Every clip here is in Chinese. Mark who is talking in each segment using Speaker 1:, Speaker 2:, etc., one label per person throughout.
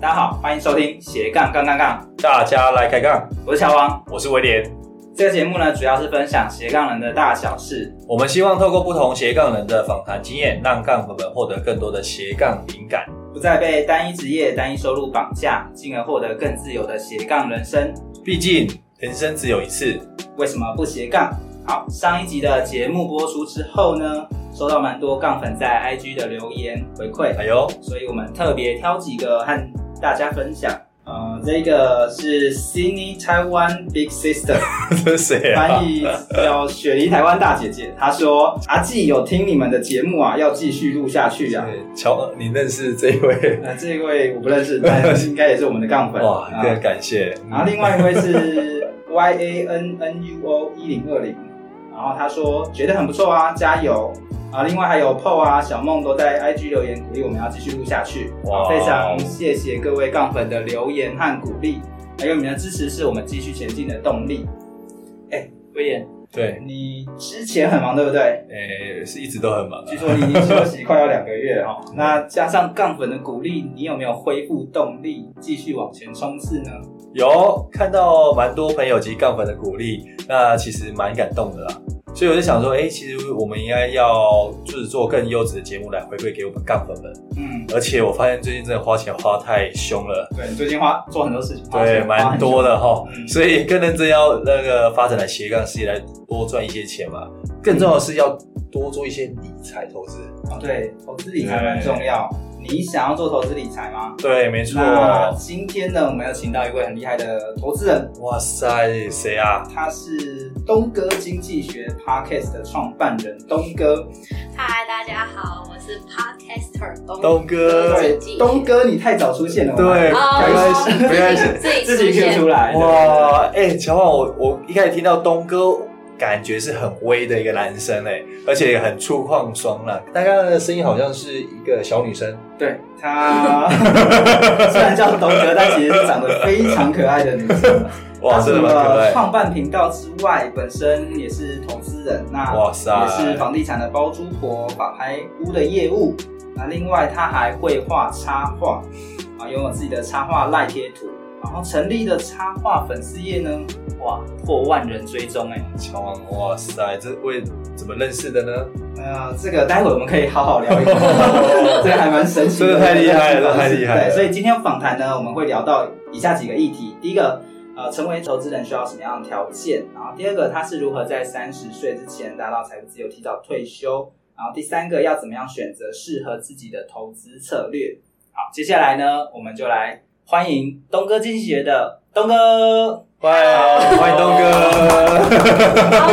Speaker 1: 大家好，欢迎收听斜杠杠杠杠，
Speaker 2: 大家来开杠，
Speaker 1: 我是乔王。
Speaker 2: 我是威廉。
Speaker 1: 这个节目呢，主要是分享斜杠人的大小事。
Speaker 2: 我们希望透过不同斜杠人的访谈经验，让杠粉们获得更多的斜杠灵感。
Speaker 1: 不再被单一职业、单一收入绑架，进而获得更自由的斜杠人生。
Speaker 2: 毕竟人生只有一次，
Speaker 1: 为什么不斜杠？好，上一集的节目播出之后呢，收到蛮多杠粉在 IG 的留言回馈，
Speaker 2: 哎呦，
Speaker 1: 所以我们特别挑几个和大家分享。呃，这个是 Sydney Taiwan Big Sister，
Speaker 2: 这是 谁啊？
Speaker 1: 翻译叫雪梨台湾大姐姐，她说：“阿纪有听你们的节目啊，要继续录下去啊。
Speaker 2: 对乔，你认识这一位？
Speaker 1: 那这位我不认识，但 是应该也是我们的杠粉。
Speaker 2: 哇，
Speaker 1: 啊
Speaker 2: 这个感谢。
Speaker 1: 然后另外一位是 Y A N N U O 一零二零，然后他说觉得很不错啊，加油！啊，另外还有 PO 啊、小梦都在 IG 留言鼓励我们要继续录下去，
Speaker 2: 哇
Speaker 1: 啊非常谢谢各位杠粉的留言和鼓励，还有你们的支持是我们继续前进的动力。哎，威廉，
Speaker 2: 对，
Speaker 1: 你之前很忙对不 对？
Speaker 2: 诶，是一直都很忙啊。
Speaker 1: 据说你已经休息快要两个 月了哈，那加上杠粉的鼓励，你有没有恢复动力，继续往前冲刺呢？
Speaker 2: 有看到蛮多朋友及杠粉的鼓励，那其实蛮感动的啦。所以我就想说，哎、其实我们应该要就是做更优质的节目来回馈给我们杠粉们。
Speaker 1: 嗯，
Speaker 2: 而且我发现最近真的花钱花太凶了，
Speaker 1: 对，你最近花做很多事情，花
Speaker 2: 对，
Speaker 1: 钱花
Speaker 2: 蛮
Speaker 1: 很久
Speaker 2: 多的哈
Speaker 1: 嗯。
Speaker 2: 所以更认真要那个发展的斜杠事业来多赚一些钱嘛。更重要的是要多做一些理财投资。
Speaker 1: 哦。对，投资理财蛮重要。你想要做投资理财吗？
Speaker 2: 对，没错。
Speaker 1: 那今天呢，我们要请到一位很厉害的投资人，
Speaker 2: 哇塞，谁啊？
Speaker 1: 他是东哥经济学 podcast 的创办人东哥。
Speaker 3: 嗨，大家好，我是 Podcaster 东哦
Speaker 2: 东哥
Speaker 3: 自
Speaker 1: 对
Speaker 3: 己，
Speaker 1: 东哥你太早出现了，
Speaker 2: 对，
Speaker 1: 我
Speaker 3: 哦
Speaker 2: 没关系，没 关系。
Speaker 3: 自己
Speaker 1: 自己
Speaker 3: 出现
Speaker 1: Q 出来。哇，
Speaker 2: 哇，哎、乔旺，我我一开始听到东哥，感觉是很威的一个男生哎、而且很粗犷爽朗，但他的声音好像是一个小女生。
Speaker 1: 对 他虽然叫东哥，但其实是长得非常可爱的女生。
Speaker 2: 哇，
Speaker 1: 她除
Speaker 2: 真的蛮可
Speaker 1: 了
Speaker 2: 爱。
Speaker 1: 创办频道之外，本身也是投资人，那
Speaker 2: 哇啊塞，
Speaker 1: 也是房地产的包租婆、法拍屋的业务。那另外，他还会画插画，啊，拥有自己的插画赖贴图，然后成立的插画粉丝页呢，哇，破万人追踪哎、
Speaker 2: 乔旺，啊哇塞，这位怎么认识的呢？
Speaker 1: 呃，这个待会我们可以好好聊 一聊，这个还蛮神奇的，
Speaker 2: 真的太厉害了
Speaker 1: 这个方式
Speaker 2: 太厉害了
Speaker 1: 对，所以今天访谈呢，我们会聊到以下几个议题：第一个，呃，成为投资人需要什么样的条件？然后第二个，他是如何在三十岁之前达到财务自由、提早退休？然后第三个，要怎么样选择适合自己的投资策略？好，接下来呢，我们就来欢迎东哥经济学的东哥。
Speaker 2: 欢迎欢迎东哥，自
Speaker 3: 把我讲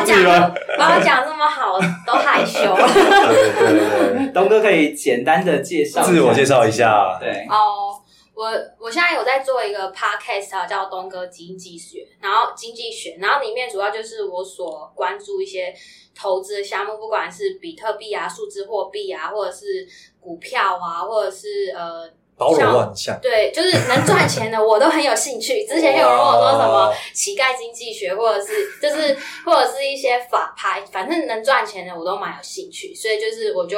Speaker 2: 己吧。
Speaker 3: 得把我讲这么好，我都害 羞了。
Speaker 2: 对对对对，
Speaker 1: 东哥可以简单的介绍一下
Speaker 2: 自我介绍一下
Speaker 1: 对，
Speaker 3: 哦，我我现在有在做一个 podcast 啊，叫《东哥经济学》，然后经济学，然后里面主要就是我所关注一些投资的项目，不管是比特币啊、数字货币啊，或者是股票啊，或者是呃。
Speaker 2: 包罗万象。
Speaker 3: 对，就是能赚钱的，我都很有兴趣。之前有人问我说什么乞丐经济学，或者是 就是或者是一些法拍，反正能赚钱的我都蛮有兴趣。所以就是我就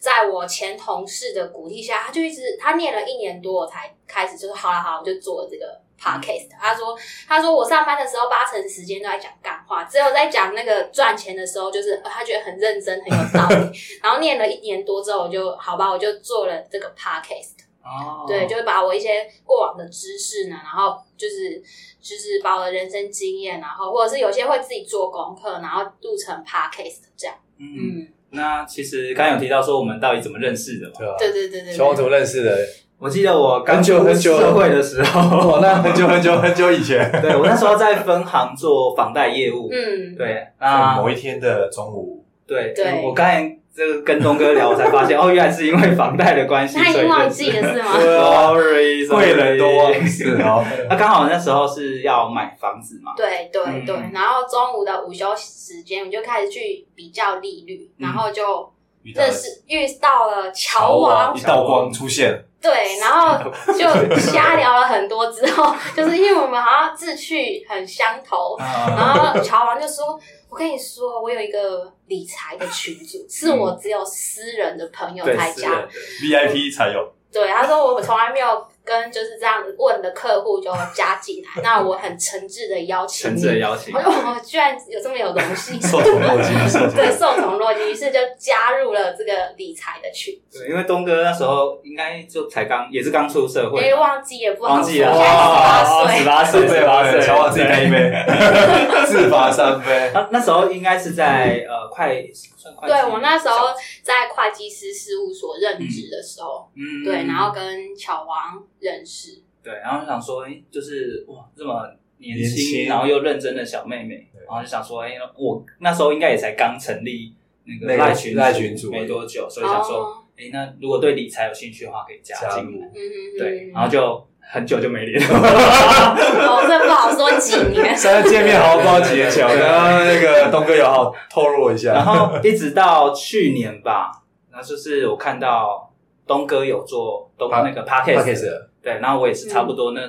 Speaker 3: 在我前同事的鼓励下，他就一直他念了一年多，我才开始就是好了好了，我就做了这个。podcast，他说，他说我上班的时候八成时间都在讲干话，只有在讲那个赚钱的时候，就是、呃他觉得很认真，很有道理。然后念了一年多之后，我就好吧，我就做了这个 podcast。
Speaker 1: 哦
Speaker 3: 对，就是把我一些过往的知识呢，然后就是就是把我的人生经验，然后或者是有些会自己做功课，然后录成 podcast 这样。
Speaker 1: 嗯。
Speaker 3: 嗯，
Speaker 1: 那其实刚刚有提到说我们到底怎么认识的嘛？
Speaker 2: 对吧？
Speaker 3: 对啊对对对
Speaker 2: 乔旺怎
Speaker 3: 对。
Speaker 2: 么认识的？
Speaker 1: 我记得我刚
Speaker 2: 很久
Speaker 1: 出
Speaker 2: 很久
Speaker 1: 社会的时候，
Speaker 2: 哦，那很久很 久很久以前，
Speaker 1: 对我那时候在分行做房贷业务，
Speaker 3: 嗯，
Speaker 1: 对啊，
Speaker 2: 某一天的中午，
Speaker 1: 对
Speaker 3: 对
Speaker 1: 我刚才这个跟东哥聊，我才发 现哦，原来是因为房贷的关系，
Speaker 3: 他已
Speaker 1: 所
Speaker 3: 经
Speaker 1: 以
Speaker 3: 忘
Speaker 1: 认识
Speaker 3: 记了是吗？
Speaker 1: Sorry，
Speaker 2: 贵人都忘
Speaker 1: 事
Speaker 2: 事。哦。
Speaker 1: 那刚好那时候是要买房子嘛，
Speaker 3: 对对
Speaker 1: 嗯
Speaker 3: 对，然后中午的午休时间，我就开始去比较利率，
Speaker 1: 嗯
Speaker 3: 然后就
Speaker 2: 遇到
Speaker 3: 认
Speaker 2: 了
Speaker 3: 识遇到了乔
Speaker 2: 王
Speaker 3: 王
Speaker 2: 一，道光出现，
Speaker 3: 对，然后就瞎聊了很多哦之后，就是因为我们好像志趣很相投，
Speaker 1: 啊，
Speaker 3: 然后乔王就说：“我跟你说，我有一个理财的群组，是我只有私人的朋友
Speaker 2: 嗯对，
Speaker 3: 才
Speaker 2: 私
Speaker 3: 加
Speaker 2: 人的 VIP 才有，
Speaker 3: 对，他说我从来没有跟就是这样问的客户就加进来，那我很诚挚的邀请
Speaker 1: 诚
Speaker 3: 你
Speaker 1: 挚。的邀请
Speaker 3: 我，说我居然有这么有荣 幸，
Speaker 2: 受宠若惊，受宠若
Speaker 3: 对，
Speaker 2: 惊。
Speaker 3: 受宠若惊，于是就加入了这个理财的群。
Speaker 1: 对，因为东哥那时候应该就才刚，也是刚出社
Speaker 3: 因
Speaker 1: 会，
Speaker 3: 为忘记也不好
Speaker 1: 忘
Speaker 3: 说，
Speaker 1: 记了，
Speaker 3: 现在
Speaker 2: 哇
Speaker 3: 十八岁
Speaker 1: 十，八岁，
Speaker 2: 自罚
Speaker 1: 对
Speaker 2: 想往自己干一杯， 自罚三杯。
Speaker 1: 啊，那时候应该是在呃会算会计
Speaker 3: 对我那时候在会计师事务所任职的时候，
Speaker 1: 嗯
Speaker 3: 对，然后跟巧王认识，
Speaker 1: 对，然后就想说，哎，就是哇这么年
Speaker 2: 年
Speaker 1: 轻，
Speaker 2: 轻
Speaker 1: 然后又认真的小妹妹
Speaker 2: 对，
Speaker 1: 然后就想说，哎，我那时候应该也才刚成立那个
Speaker 2: 那个
Speaker 1: 赖群
Speaker 2: 赖群组
Speaker 1: 没多久，所以想说，
Speaker 3: 哦，
Speaker 1: 哎，那如果对理财有兴趣的话，可以加
Speaker 2: 加
Speaker 1: 进来
Speaker 2: 入，
Speaker 3: 嗯嗯，
Speaker 1: 对，
Speaker 3: 嗯
Speaker 1: 然后就很久就没联络。
Speaker 3: 哦，这不好说几年，
Speaker 2: 上次见面好像不知道几年前，我刚刚那个东哥有好好透露一
Speaker 1: 然
Speaker 2: 下，
Speaker 1: 后一直到去年吧，然后就是我看到东哥有做东
Speaker 2: 啊
Speaker 1: 那个 podcast，
Speaker 2: 了
Speaker 1: 对，然后我也是差不多那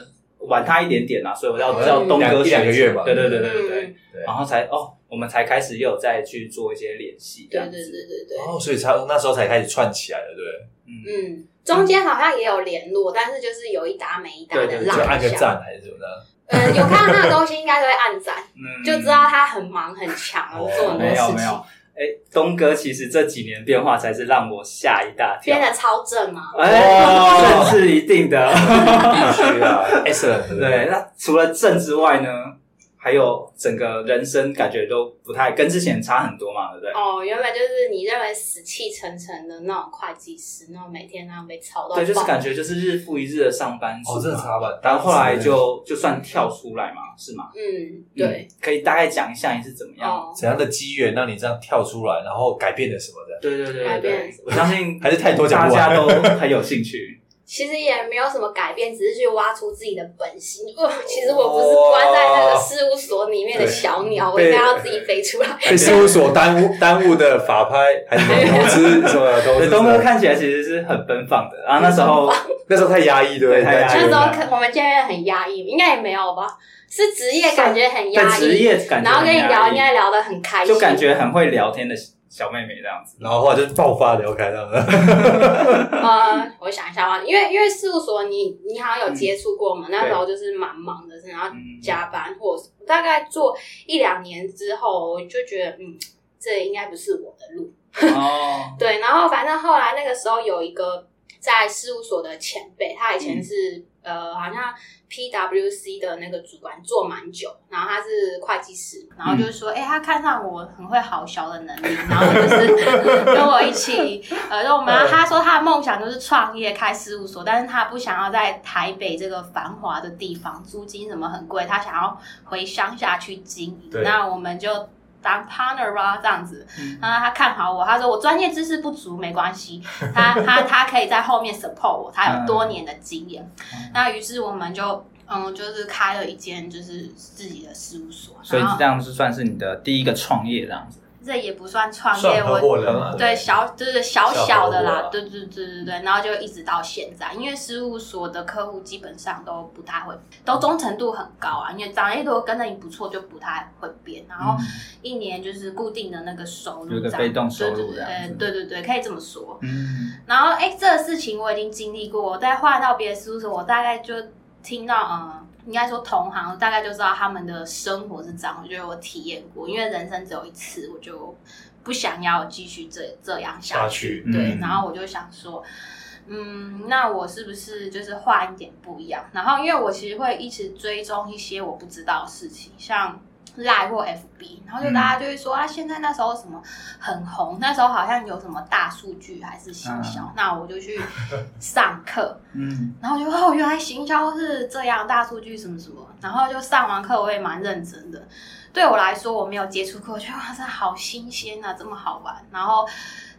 Speaker 1: 晚他一点点啦，所以我要叫
Speaker 3: 嗯
Speaker 1: 东
Speaker 2: 两
Speaker 1: 哥
Speaker 2: 一两个
Speaker 1: 学
Speaker 2: 月
Speaker 1: 长
Speaker 2: 吧
Speaker 1: 对对对对对对
Speaker 3: 嗯，
Speaker 2: 对
Speaker 1: 然后才哦，我们才开始又有再去做一些联系，这
Speaker 3: 对
Speaker 1: 样
Speaker 3: 对
Speaker 1: 子
Speaker 3: 对对对，
Speaker 2: 哦，所以他那时候才开始串起来的，对
Speaker 1: 嗯，
Speaker 3: 嗯，中间好像也有联络，但是就是有一搭没一搭
Speaker 1: 对对对
Speaker 3: 的
Speaker 2: 不
Speaker 3: 浪
Speaker 2: 对，就按
Speaker 3: 一
Speaker 2: 个
Speaker 3: 下，
Speaker 2: 赞还是怎么的？
Speaker 3: 呃，有看到他的东西应该都会按赞，
Speaker 1: 嗯
Speaker 3: 就知道他很忙很强，
Speaker 2: 哦
Speaker 3: 做很多
Speaker 1: 没有
Speaker 3: 事
Speaker 1: 没
Speaker 3: 情
Speaker 1: 有，，哎，东哥其实这几年变化才是让我吓一大跳
Speaker 3: 变，得超正啊嘛，
Speaker 1: 哎，
Speaker 2: 哇
Speaker 1: 政治一定的，
Speaker 2: 必须啊，excellent，
Speaker 1: 对，，那除了正之外呢，还有整个人生感觉都不太跟之前差很多嘛，对不对？
Speaker 3: 哦，原本就是你认为死气沉沉的那种会计师，那种每天那样被吵到爆，
Speaker 1: 对，就是感觉就是日复一日的上班族嘛
Speaker 2: 哦，这差吧，
Speaker 1: 然后后来就就算跳出来嘛，是吗？
Speaker 3: 嗯，对，
Speaker 1: 嗯，可以大概讲一下你是怎么样？
Speaker 3: 哦，
Speaker 2: 怎样的机缘让你这样跳出来，然后改变了什么的？
Speaker 1: 对对对
Speaker 3: 改
Speaker 1: 对
Speaker 3: 变
Speaker 1: 对，我相信
Speaker 2: 还是太多讲
Speaker 1: 大
Speaker 2: 不完
Speaker 1: 家都很有兴 趣。
Speaker 3: 其实也没有什么改变，只是去挖出自己的本性。 哇，其实我不是关在那个事务所里面的小鸟，我应该要自己飞出来。
Speaker 2: 被事务所耽误耽误的法拍，还是投资什 么投
Speaker 1: 对，
Speaker 2: 资？
Speaker 1: 东哥看起来其实是很奔放的，然后那时
Speaker 3: 哦
Speaker 1: 候
Speaker 2: 那时候太压抑，对不对？
Speaker 1: 对太压抑
Speaker 3: 那
Speaker 1: 了
Speaker 3: 时候可我们见面很压抑，应该也没有吧？是职业感觉很
Speaker 1: 对
Speaker 3: 压
Speaker 1: 职
Speaker 3: 抑，
Speaker 1: 业感觉很压抑，
Speaker 3: 然后跟你聊应该聊得很开心，
Speaker 1: 就感觉很会聊天的小妹妹这样子。
Speaker 2: 然后后来就是爆发聊开这样子。
Speaker 3: 呃，我想一下啊，因为因为事务所你你好像有接触过嘛，那时候就是蛮忙的，然后
Speaker 1: 嗯，
Speaker 3: 加班或什么大概做一两年之后，我就觉得嗯，这应该不是我的路。
Speaker 1: 哦，
Speaker 3: 对，然后反正后来那个时候有一个在事务所的前辈，他以前是、呃好像 PWC 的那个主管做蛮久，然后他是会计师，然后就是说，哎、他看上我很会好销的能力，然后就是跟我一起，呃，就我们要他说他的梦想就是创业开事务所，但是他不想要在台北这个繁华的地方，租金什么很贵，他想要回乡下去经营。
Speaker 2: 对
Speaker 3: 那我们就。当 partner 啊，这样子，
Speaker 1: 嗯
Speaker 3: 然后他看好我，他说我专业知识不足没关系，他他他可以在后面 support 我，他有多年的经验。那于是我们就嗯，就是开了一间就是自己的事务所，
Speaker 1: 所以
Speaker 3: 然后
Speaker 1: 这样是算是你的第一个创业这样子。
Speaker 3: 这也不算创业，
Speaker 2: 算合
Speaker 3: 我
Speaker 2: 伙人嘛，
Speaker 3: 对小就是小小的
Speaker 2: 小合伙
Speaker 3: 啦
Speaker 2: 啊，
Speaker 3: 对对对对对，然后就一直到现在，因为事务所的客户基本上都不太会，都忠诚度很高啊，因为长得如果跟着你不错就不太会变，然后一年就是固定的那个收入这
Speaker 1: 有
Speaker 3: 样，
Speaker 1: 个被动收入
Speaker 3: 对
Speaker 1: 这样
Speaker 3: 对
Speaker 1: 子
Speaker 3: 对对对，可以这么说。
Speaker 1: 嗯，
Speaker 3: 然后哎，这个事情我已经经历过，我在换到别的事务所，我大概就听到嗯。应该说同行大概就知道他们的生活是这样，我觉得我体验过，因为人生只有一次，我就不想要继续这这样
Speaker 2: 下
Speaker 3: 下去。
Speaker 2: 去，
Speaker 3: 对
Speaker 1: 嗯，
Speaker 3: 然后我就想说，嗯，那我是不是就是换一点不一样？然后因为我其实会一直追踪一些我不知道的事情，像。赖或 FB，然后就
Speaker 1: 嗯
Speaker 3: 大家就会说、啊，现在那时候什么很红，那时候好像有什么大数据还是行销，那我就去上课，
Speaker 1: 嗯，
Speaker 3: 然后就 哦，原来行销是这样，大数据什么什么，然后就上完课我也蛮认真的。对我来说，我没有接触过，我觉得哇，这好新鲜啊，这么好玩。然后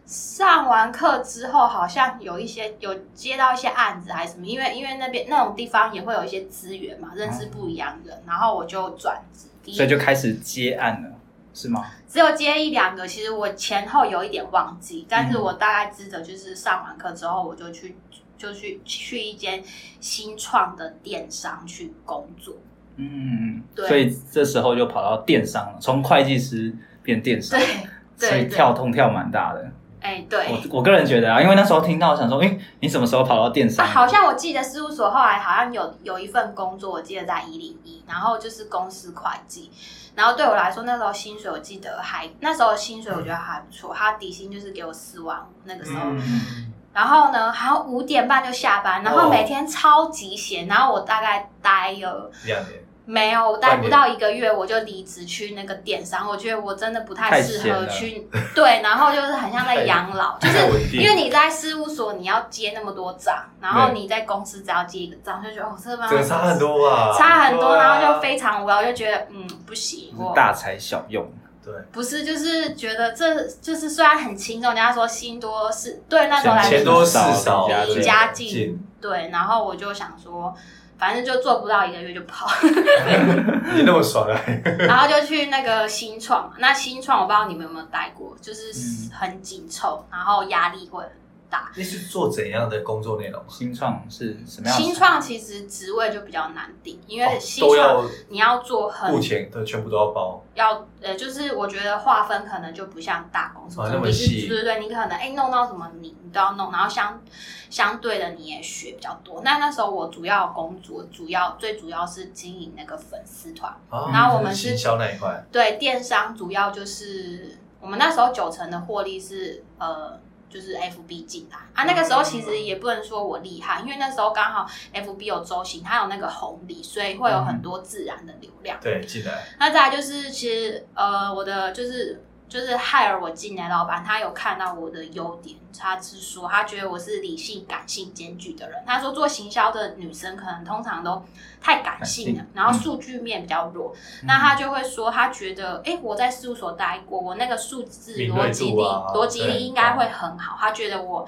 Speaker 3: 上完课之后，好像有一些有接到一些案子还是什么，因为因为那边那种地方也会有一些资源嘛，认识不一样的人，然后我就转职。第一
Speaker 1: 哦所以就开始接案了，是吗？
Speaker 3: 只有接一两个，其实我前后有一点忘记，但
Speaker 1: 嗯
Speaker 3: 是我大概记得，就是上完课之后，我就去就去去一间新创的电商去工作。
Speaker 1: 嗯，
Speaker 3: 对
Speaker 1: 所以这时候就跑到电商了，从会计师变电商
Speaker 3: 对，对
Speaker 1: 所以
Speaker 3: 对
Speaker 1: 跳通跳蛮大的。
Speaker 3: 哎，对，
Speaker 1: 我我个人觉得啊，因为那时候听到想说，哎、你什么时候跑到电商
Speaker 3: 啊，
Speaker 1: 的？
Speaker 3: 好像我记得事务所后来好像有有一份工作，我记得在一零一，然后就是公司会计。然后对我来说，那时候薪水我记得还那时候薪水我觉得还不错，他底薪就是给我四万五那个时候。
Speaker 2: 嗯，
Speaker 3: 然后呢，好像五点半就下班，然
Speaker 2: 哦
Speaker 3: 后每天超级闲。然后我大概待有
Speaker 2: 两年，
Speaker 3: 没有我待
Speaker 2: 半
Speaker 3: 不
Speaker 2: 年
Speaker 3: 到一个月，我就离职去那个电商。我觉得我真的不太
Speaker 1: 太
Speaker 3: 适
Speaker 1: 闲
Speaker 3: 合
Speaker 1: 了
Speaker 3: 去对，然后就是很像在
Speaker 2: 太
Speaker 3: 养老，就是
Speaker 2: 太稳定，
Speaker 3: 因为你在事务所你要接那么多账，然后你在公司只要接一个账，就觉得哦，这
Speaker 2: 这个差很，多吧？
Speaker 3: 差很多，
Speaker 2: 对啊
Speaker 3: 然后就非常无聊，就觉得嗯不行，
Speaker 1: 就是
Speaker 3: 我
Speaker 1: 大材小用，
Speaker 2: 对，
Speaker 3: 不是就是觉得这就是虽然很轻松，人家说心多事，对那时候来
Speaker 2: 啊钱
Speaker 1: 钱
Speaker 2: 多
Speaker 1: 多
Speaker 2: 事
Speaker 1: 事
Speaker 2: 少
Speaker 1: 少，
Speaker 3: 离家近
Speaker 2: 近，
Speaker 3: 对，然后我就想说。反正就做不到一个月就跑，
Speaker 2: 你那么爽啊？
Speaker 3: 然后就去那个新创。那新创我不知道你们有没有待过，
Speaker 2: 嗯
Speaker 3: 就是很紧凑，然后压力会很
Speaker 2: 那是做怎样的工作内容？啊
Speaker 1: 新创是什么样的？
Speaker 3: 新创其实职位就比较难定，因为新
Speaker 2: 哦都
Speaker 3: 创
Speaker 2: 要
Speaker 3: 你要做很
Speaker 2: 付钱，对，全部都要包。
Speaker 3: 要呃，就是我觉得划分可能就不像大公司，
Speaker 2: 啊
Speaker 3: 就
Speaker 2: 那么
Speaker 3: 你是
Speaker 2: 细
Speaker 3: 对对对，你可能哎、弄到什么你你都要弄，然后相相对的你也学比较多。那那时候我主要工作主要最主要是经营那个粉丝团，
Speaker 2: 啊
Speaker 3: 然后我们是
Speaker 2: 行销那一块，
Speaker 3: 对电商主要就是我们那时候九成的获利是呃。就是 F B 进来啊，那个时候其实也不能说我厉害，因为那时候刚好 F B 有周行，它有那个红利，所以会有很多自然的流量。
Speaker 2: 对，进来，
Speaker 3: 那再来就是，其实呃，我的就是就是害了我进来的老板，他有看到我的优点，他是说他觉得我是理性感性兼具的人。他说做行销的女生可能通常都太感性了，
Speaker 1: 感性
Speaker 3: 然
Speaker 2: 嗯
Speaker 3: 后数据面比较弱，那他就会说他觉得，哎、我在事务所待过，我那个数字
Speaker 2: 敏
Speaker 3: 逻
Speaker 2: 锐
Speaker 3: 辑
Speaker 2: 度
Speaker 3: 力
Speaker 2: 啊
Speaker 3: 逻辑
Speaker 2: 对
Speaker 3: 力应该会很好，他觉得我。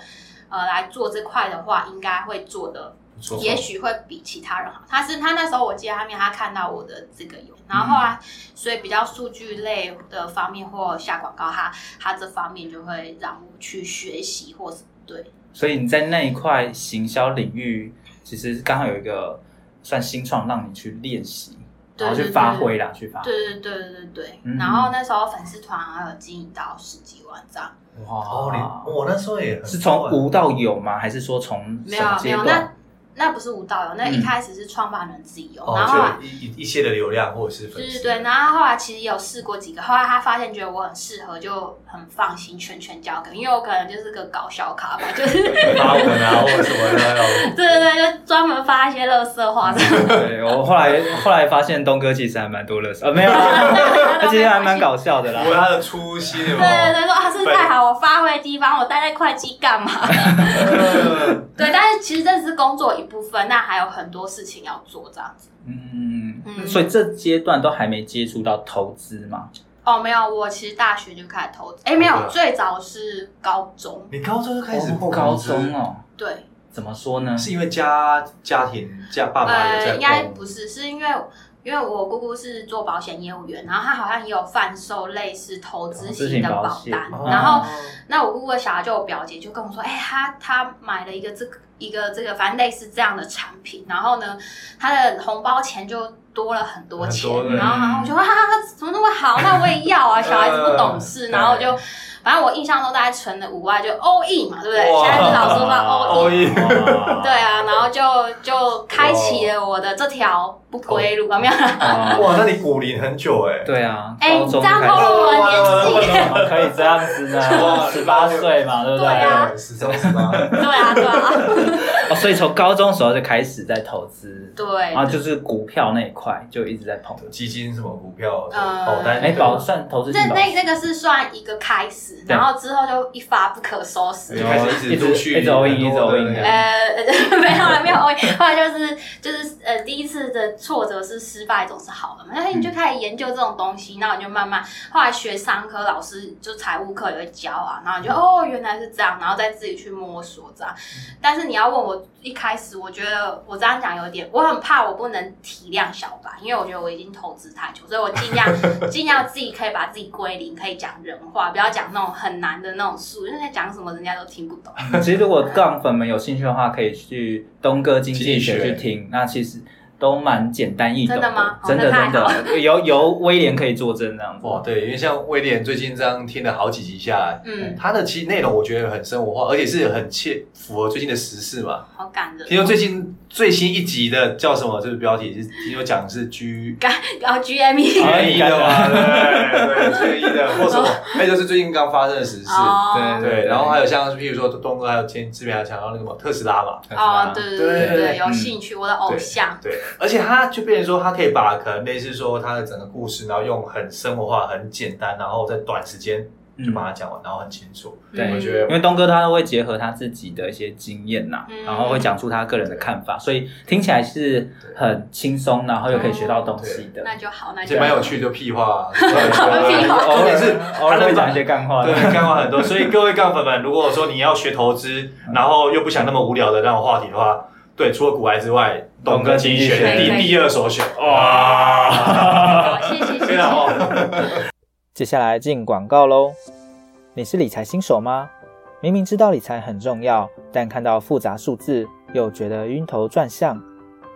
Speaker 3: 呃，来做这块的话，应该会做的
Speaker 2: 不错
Speaker 3: 也许会比其他人好。他是他那时候我记得他面他看到我的这个有，然后后来所以比较数据类的方面或下广告，他他这方面就会让我去学习或是对
Speaker 1: 所以你在那一块行销领域，其实刚好有一个算新创，让你去练习，
Speaker 3: 对
Speaker 1: 然后去发挥啦，去发挥。
Speaker 3: 对对对对对对。
Speaker 1: 啊嗯
Speaker 3: 然后那时候粉丝团还有经营到十几万这样，
Speaker 2: 哦，你我那时候也很
Speaker 1: 是从
Speaker 2: 多啊
Speaker 1: 无到有吗？还是说从什
Speaker 3: 没有
Speaker 1: 么
Speaker 3: 没
Speaker 1: 阶
Speaker 3: 有那
Speaker 1: 段？。
Speaker 3: 那不是舞蹈有，哦那
Speaker 1: 嗯
Speaker 3: 一开始是创办人自己有，然后后来
Speaker 2: 哦，就一一一些的流量或者是粉
Speaker 3: 对
Speaker 2: 丝，
Speaker 3: 对对，然后后来其实也有试过几个，后来他发现觉得我很适合，就很放心全权交给我，因为我可能就是个搞笑咖吧，就是对
Speaker 2: 发文啊或者什么的，
Speaker 3: 对对，就专门发一些乐色话
Speaker 2: 嗯
Speaker 3: 的。
Speaker 1: 对我后来后来发现东哥其实还蛮多乐色，啊没有啦，而且还蛮搞笑的啦
Speaker 2: 我。他的初心有
Speaker 3: 对
Speaker 2: 没
Speaker 3: 对
Speaker 2: 有
Speaker 3: 对，说啊，这太好，我发挥的地方，我待在会计干嘛？
Speaker 2: 呃
Speaker 3: 对，但是其实这只是工作一部分，那还有很多事情要做，这样子。
Speaker 1: 嗯，
Speaker 3: 嗯
Speaker 1: 所以这阶段都还没接触到投资嘛？
Speaker 3: 哦，没有，我其实大学就开始投资，哎，没
Speaker 2: 对
Speaker 3: 有，
Speaker 2: 啊
Speaker 3: 最早是高 中，
Speaker 2: 你高中就啊开始
Speaker 1: 哦
Speaker 2: 碰
Speaker 1: 高
Speaker 2: 投资
Speaker 1: 中，哦，
Speaker 3: 对，
Speaker 1: 怎么说呢？
Speaker 2: 是因为家家庭家爸妈有
Speaker 3: 呃，
Speaker 2: 在
Speaker 3: 应该
Speaker 2: 碰
Speaker 3: 不是，是因为因为我姑姑是做保险业务员，然后她好像也有贩售类似投资型的保单，
Speaker 1: 哦
Speaker 3: 然后
Speaker 2: 哦
Speaker 3: 那我姑姑的小孩就我表姐就跟我说，哎、她她买了一个这个一个这个，反正类似这样的产品，然后呢，她的红包钱就。多了很多嗯钱，
Speaker 2: 很多
Speaker 3: 然后然后我就哇，怎么那么好？那我也要啊！小孩子不懂事，
Speaker 2: 对
Speaker 3: 然后我就，反正我印象中大概存了五万，就 all in 嘛，对不对？现在是老师说 all in，
Speaker 2: all in
Speaker 1: 哇
Speaker 3: 对啊，然后就就开启了我的这条不归路，有没有？
Speaker 1: 哇
Speaker 2: 哇，那你股龄很久哎，
Speaker 1: 对啊，
Speaker 3: 哎
Speaker 1: 高中
Speaker 3: 你这样
Speaker 1: 开始
Speaker 3: 透露我的年纪
Speaker 1: 怎么可以这样子呢
Speaker 2: 哇？
Speaker 1: 十八岁嘛，对不对？
Speaker 3: 对啊
Speaker 2: 十三十八，
Speaker 3: 对啊，对啊，
Speaker 1: 哦，所以从高中时候就开始在投资，
Speaker 3: 对
Speaker 1: 然后就是股票那一块就一直在碰。
Speaker 2: 基金什么股票
Speaker 3: 呃
Speaker 2: 保单，
Speaker 1: 哎，保算投资
Speaker 3: 这
Speaker 1: 型保
Speaker 3: 那这个是算一个开始，
Speaker 1: 对
Speaker 3: 然后之后就一发不可收拾
Speaker 2: 就。开始一直陆续
Speaker 1: 一直 all in，一直 all in
Speaker 2: 很多的
Speaker 1: 哎
Speaker 3: 呃， 没有了，没有，后来就是就是呃，第一次的挫折是失败总是好的嘛，然后你就开始研究这种东西，然后你就慢慢后来学商科，老师就财务课也会教啊，然后你就哦原来是这样，然后再自己去摸索这样。但是你要问我一开始，我觉得我这样讲有点，我很怕我不能体谅小白，因为我觉得我已经投资太久，所以我尽量尽量自己可以把自己归零，可以讲人话，不要讲那种很难的那种术，因为在讲什么人家都听不懂。
Speaker 1: 其实如果杠粉们有兴趣的话，可以去东哥经济学去听。那其实都蛮简单易懂
Speaker 3: 真的吗哦
Speaker 1: 真的
Speaker 3: 那太
Speaker 1: 真的， 由由威廉可以作证这样子。
Speaker 2: 哇，对，因为像威廉最近这样听了好几集下来，
Speaker 3: 嗯，
Speaker 2: 他的其实内容我觉得很生活化，而且是很切符合最近的时事嘛。
Speaker 3: 好感人哦。
Speaker 2: 听说最近最新一集的叫什么？这个标题是听说讲是 G
Speaker 3: 然后 GME
Speaker 1: 哎
Speaker 2: 退役的嘛，对对，退役的， 或什么，那就是最近刚发生的时事。
Speaker 3: 哦
Speaker 2: 对，然后还有像譬如说东哥，还有前这边还有讲到那个什么特斯拉嘛，
Speaker 3: 哦，对对对
Speaker 2: 对
Speaker 3: 对，有
Speaker 1: 嗯
Speaker 3: 兴趣，我的偶像，
Speaker 2: 对，而且他就变成说，他可以把可能类似说他的整个故事，然后用很生活化、很简单，然后在短时间就把它讲完，然后很清楚。
Speaker 3: 嗯
Speaker 1: 对
Speaker 2: 我觉得
Speaker 1: 嗯因为东哥他会结合他自己的一些经验呐、
Speaker 3: 嗯
Speaker 1: 然后会讲出他个人的看法，所以听起来是很轻松，然后又可以学到东西的。
Speaker 3: 那就好，那
Speaker 2: 而
Speaker 3: 就
Speaker 2: 且
Speaker 3: 好
Speaker 2: 蛮有趣，就屁话、啊，
Speaker 3: 屁话
Speaker 2: 重点是
Speaker 1: 偶
Speaker 2: 他
Speaker 1: 尔
Speaker 2: 能
Speaker 1: 会
Speaker 2: 把
Speaker 1: 讲一些干话，
Speaker 2: 对， 干话很多。所以各位杠粉们，如果说你要学投资，然后又不想那么无聊的那种话题的话，对，除了股癌之外，董哥精选
Speaker 3: 对
Speaker 2: 第第二首选，哇，
Speaker 3: 好，谢谢谢
Speaker 2: 非
Speaker 3: 谢
Speaker 2: 常。好。
Speaker 4: 接下来进广告喽。你是理财新手吗？明明知道理财很重要，但看到复杂数字又觉得晕头转向。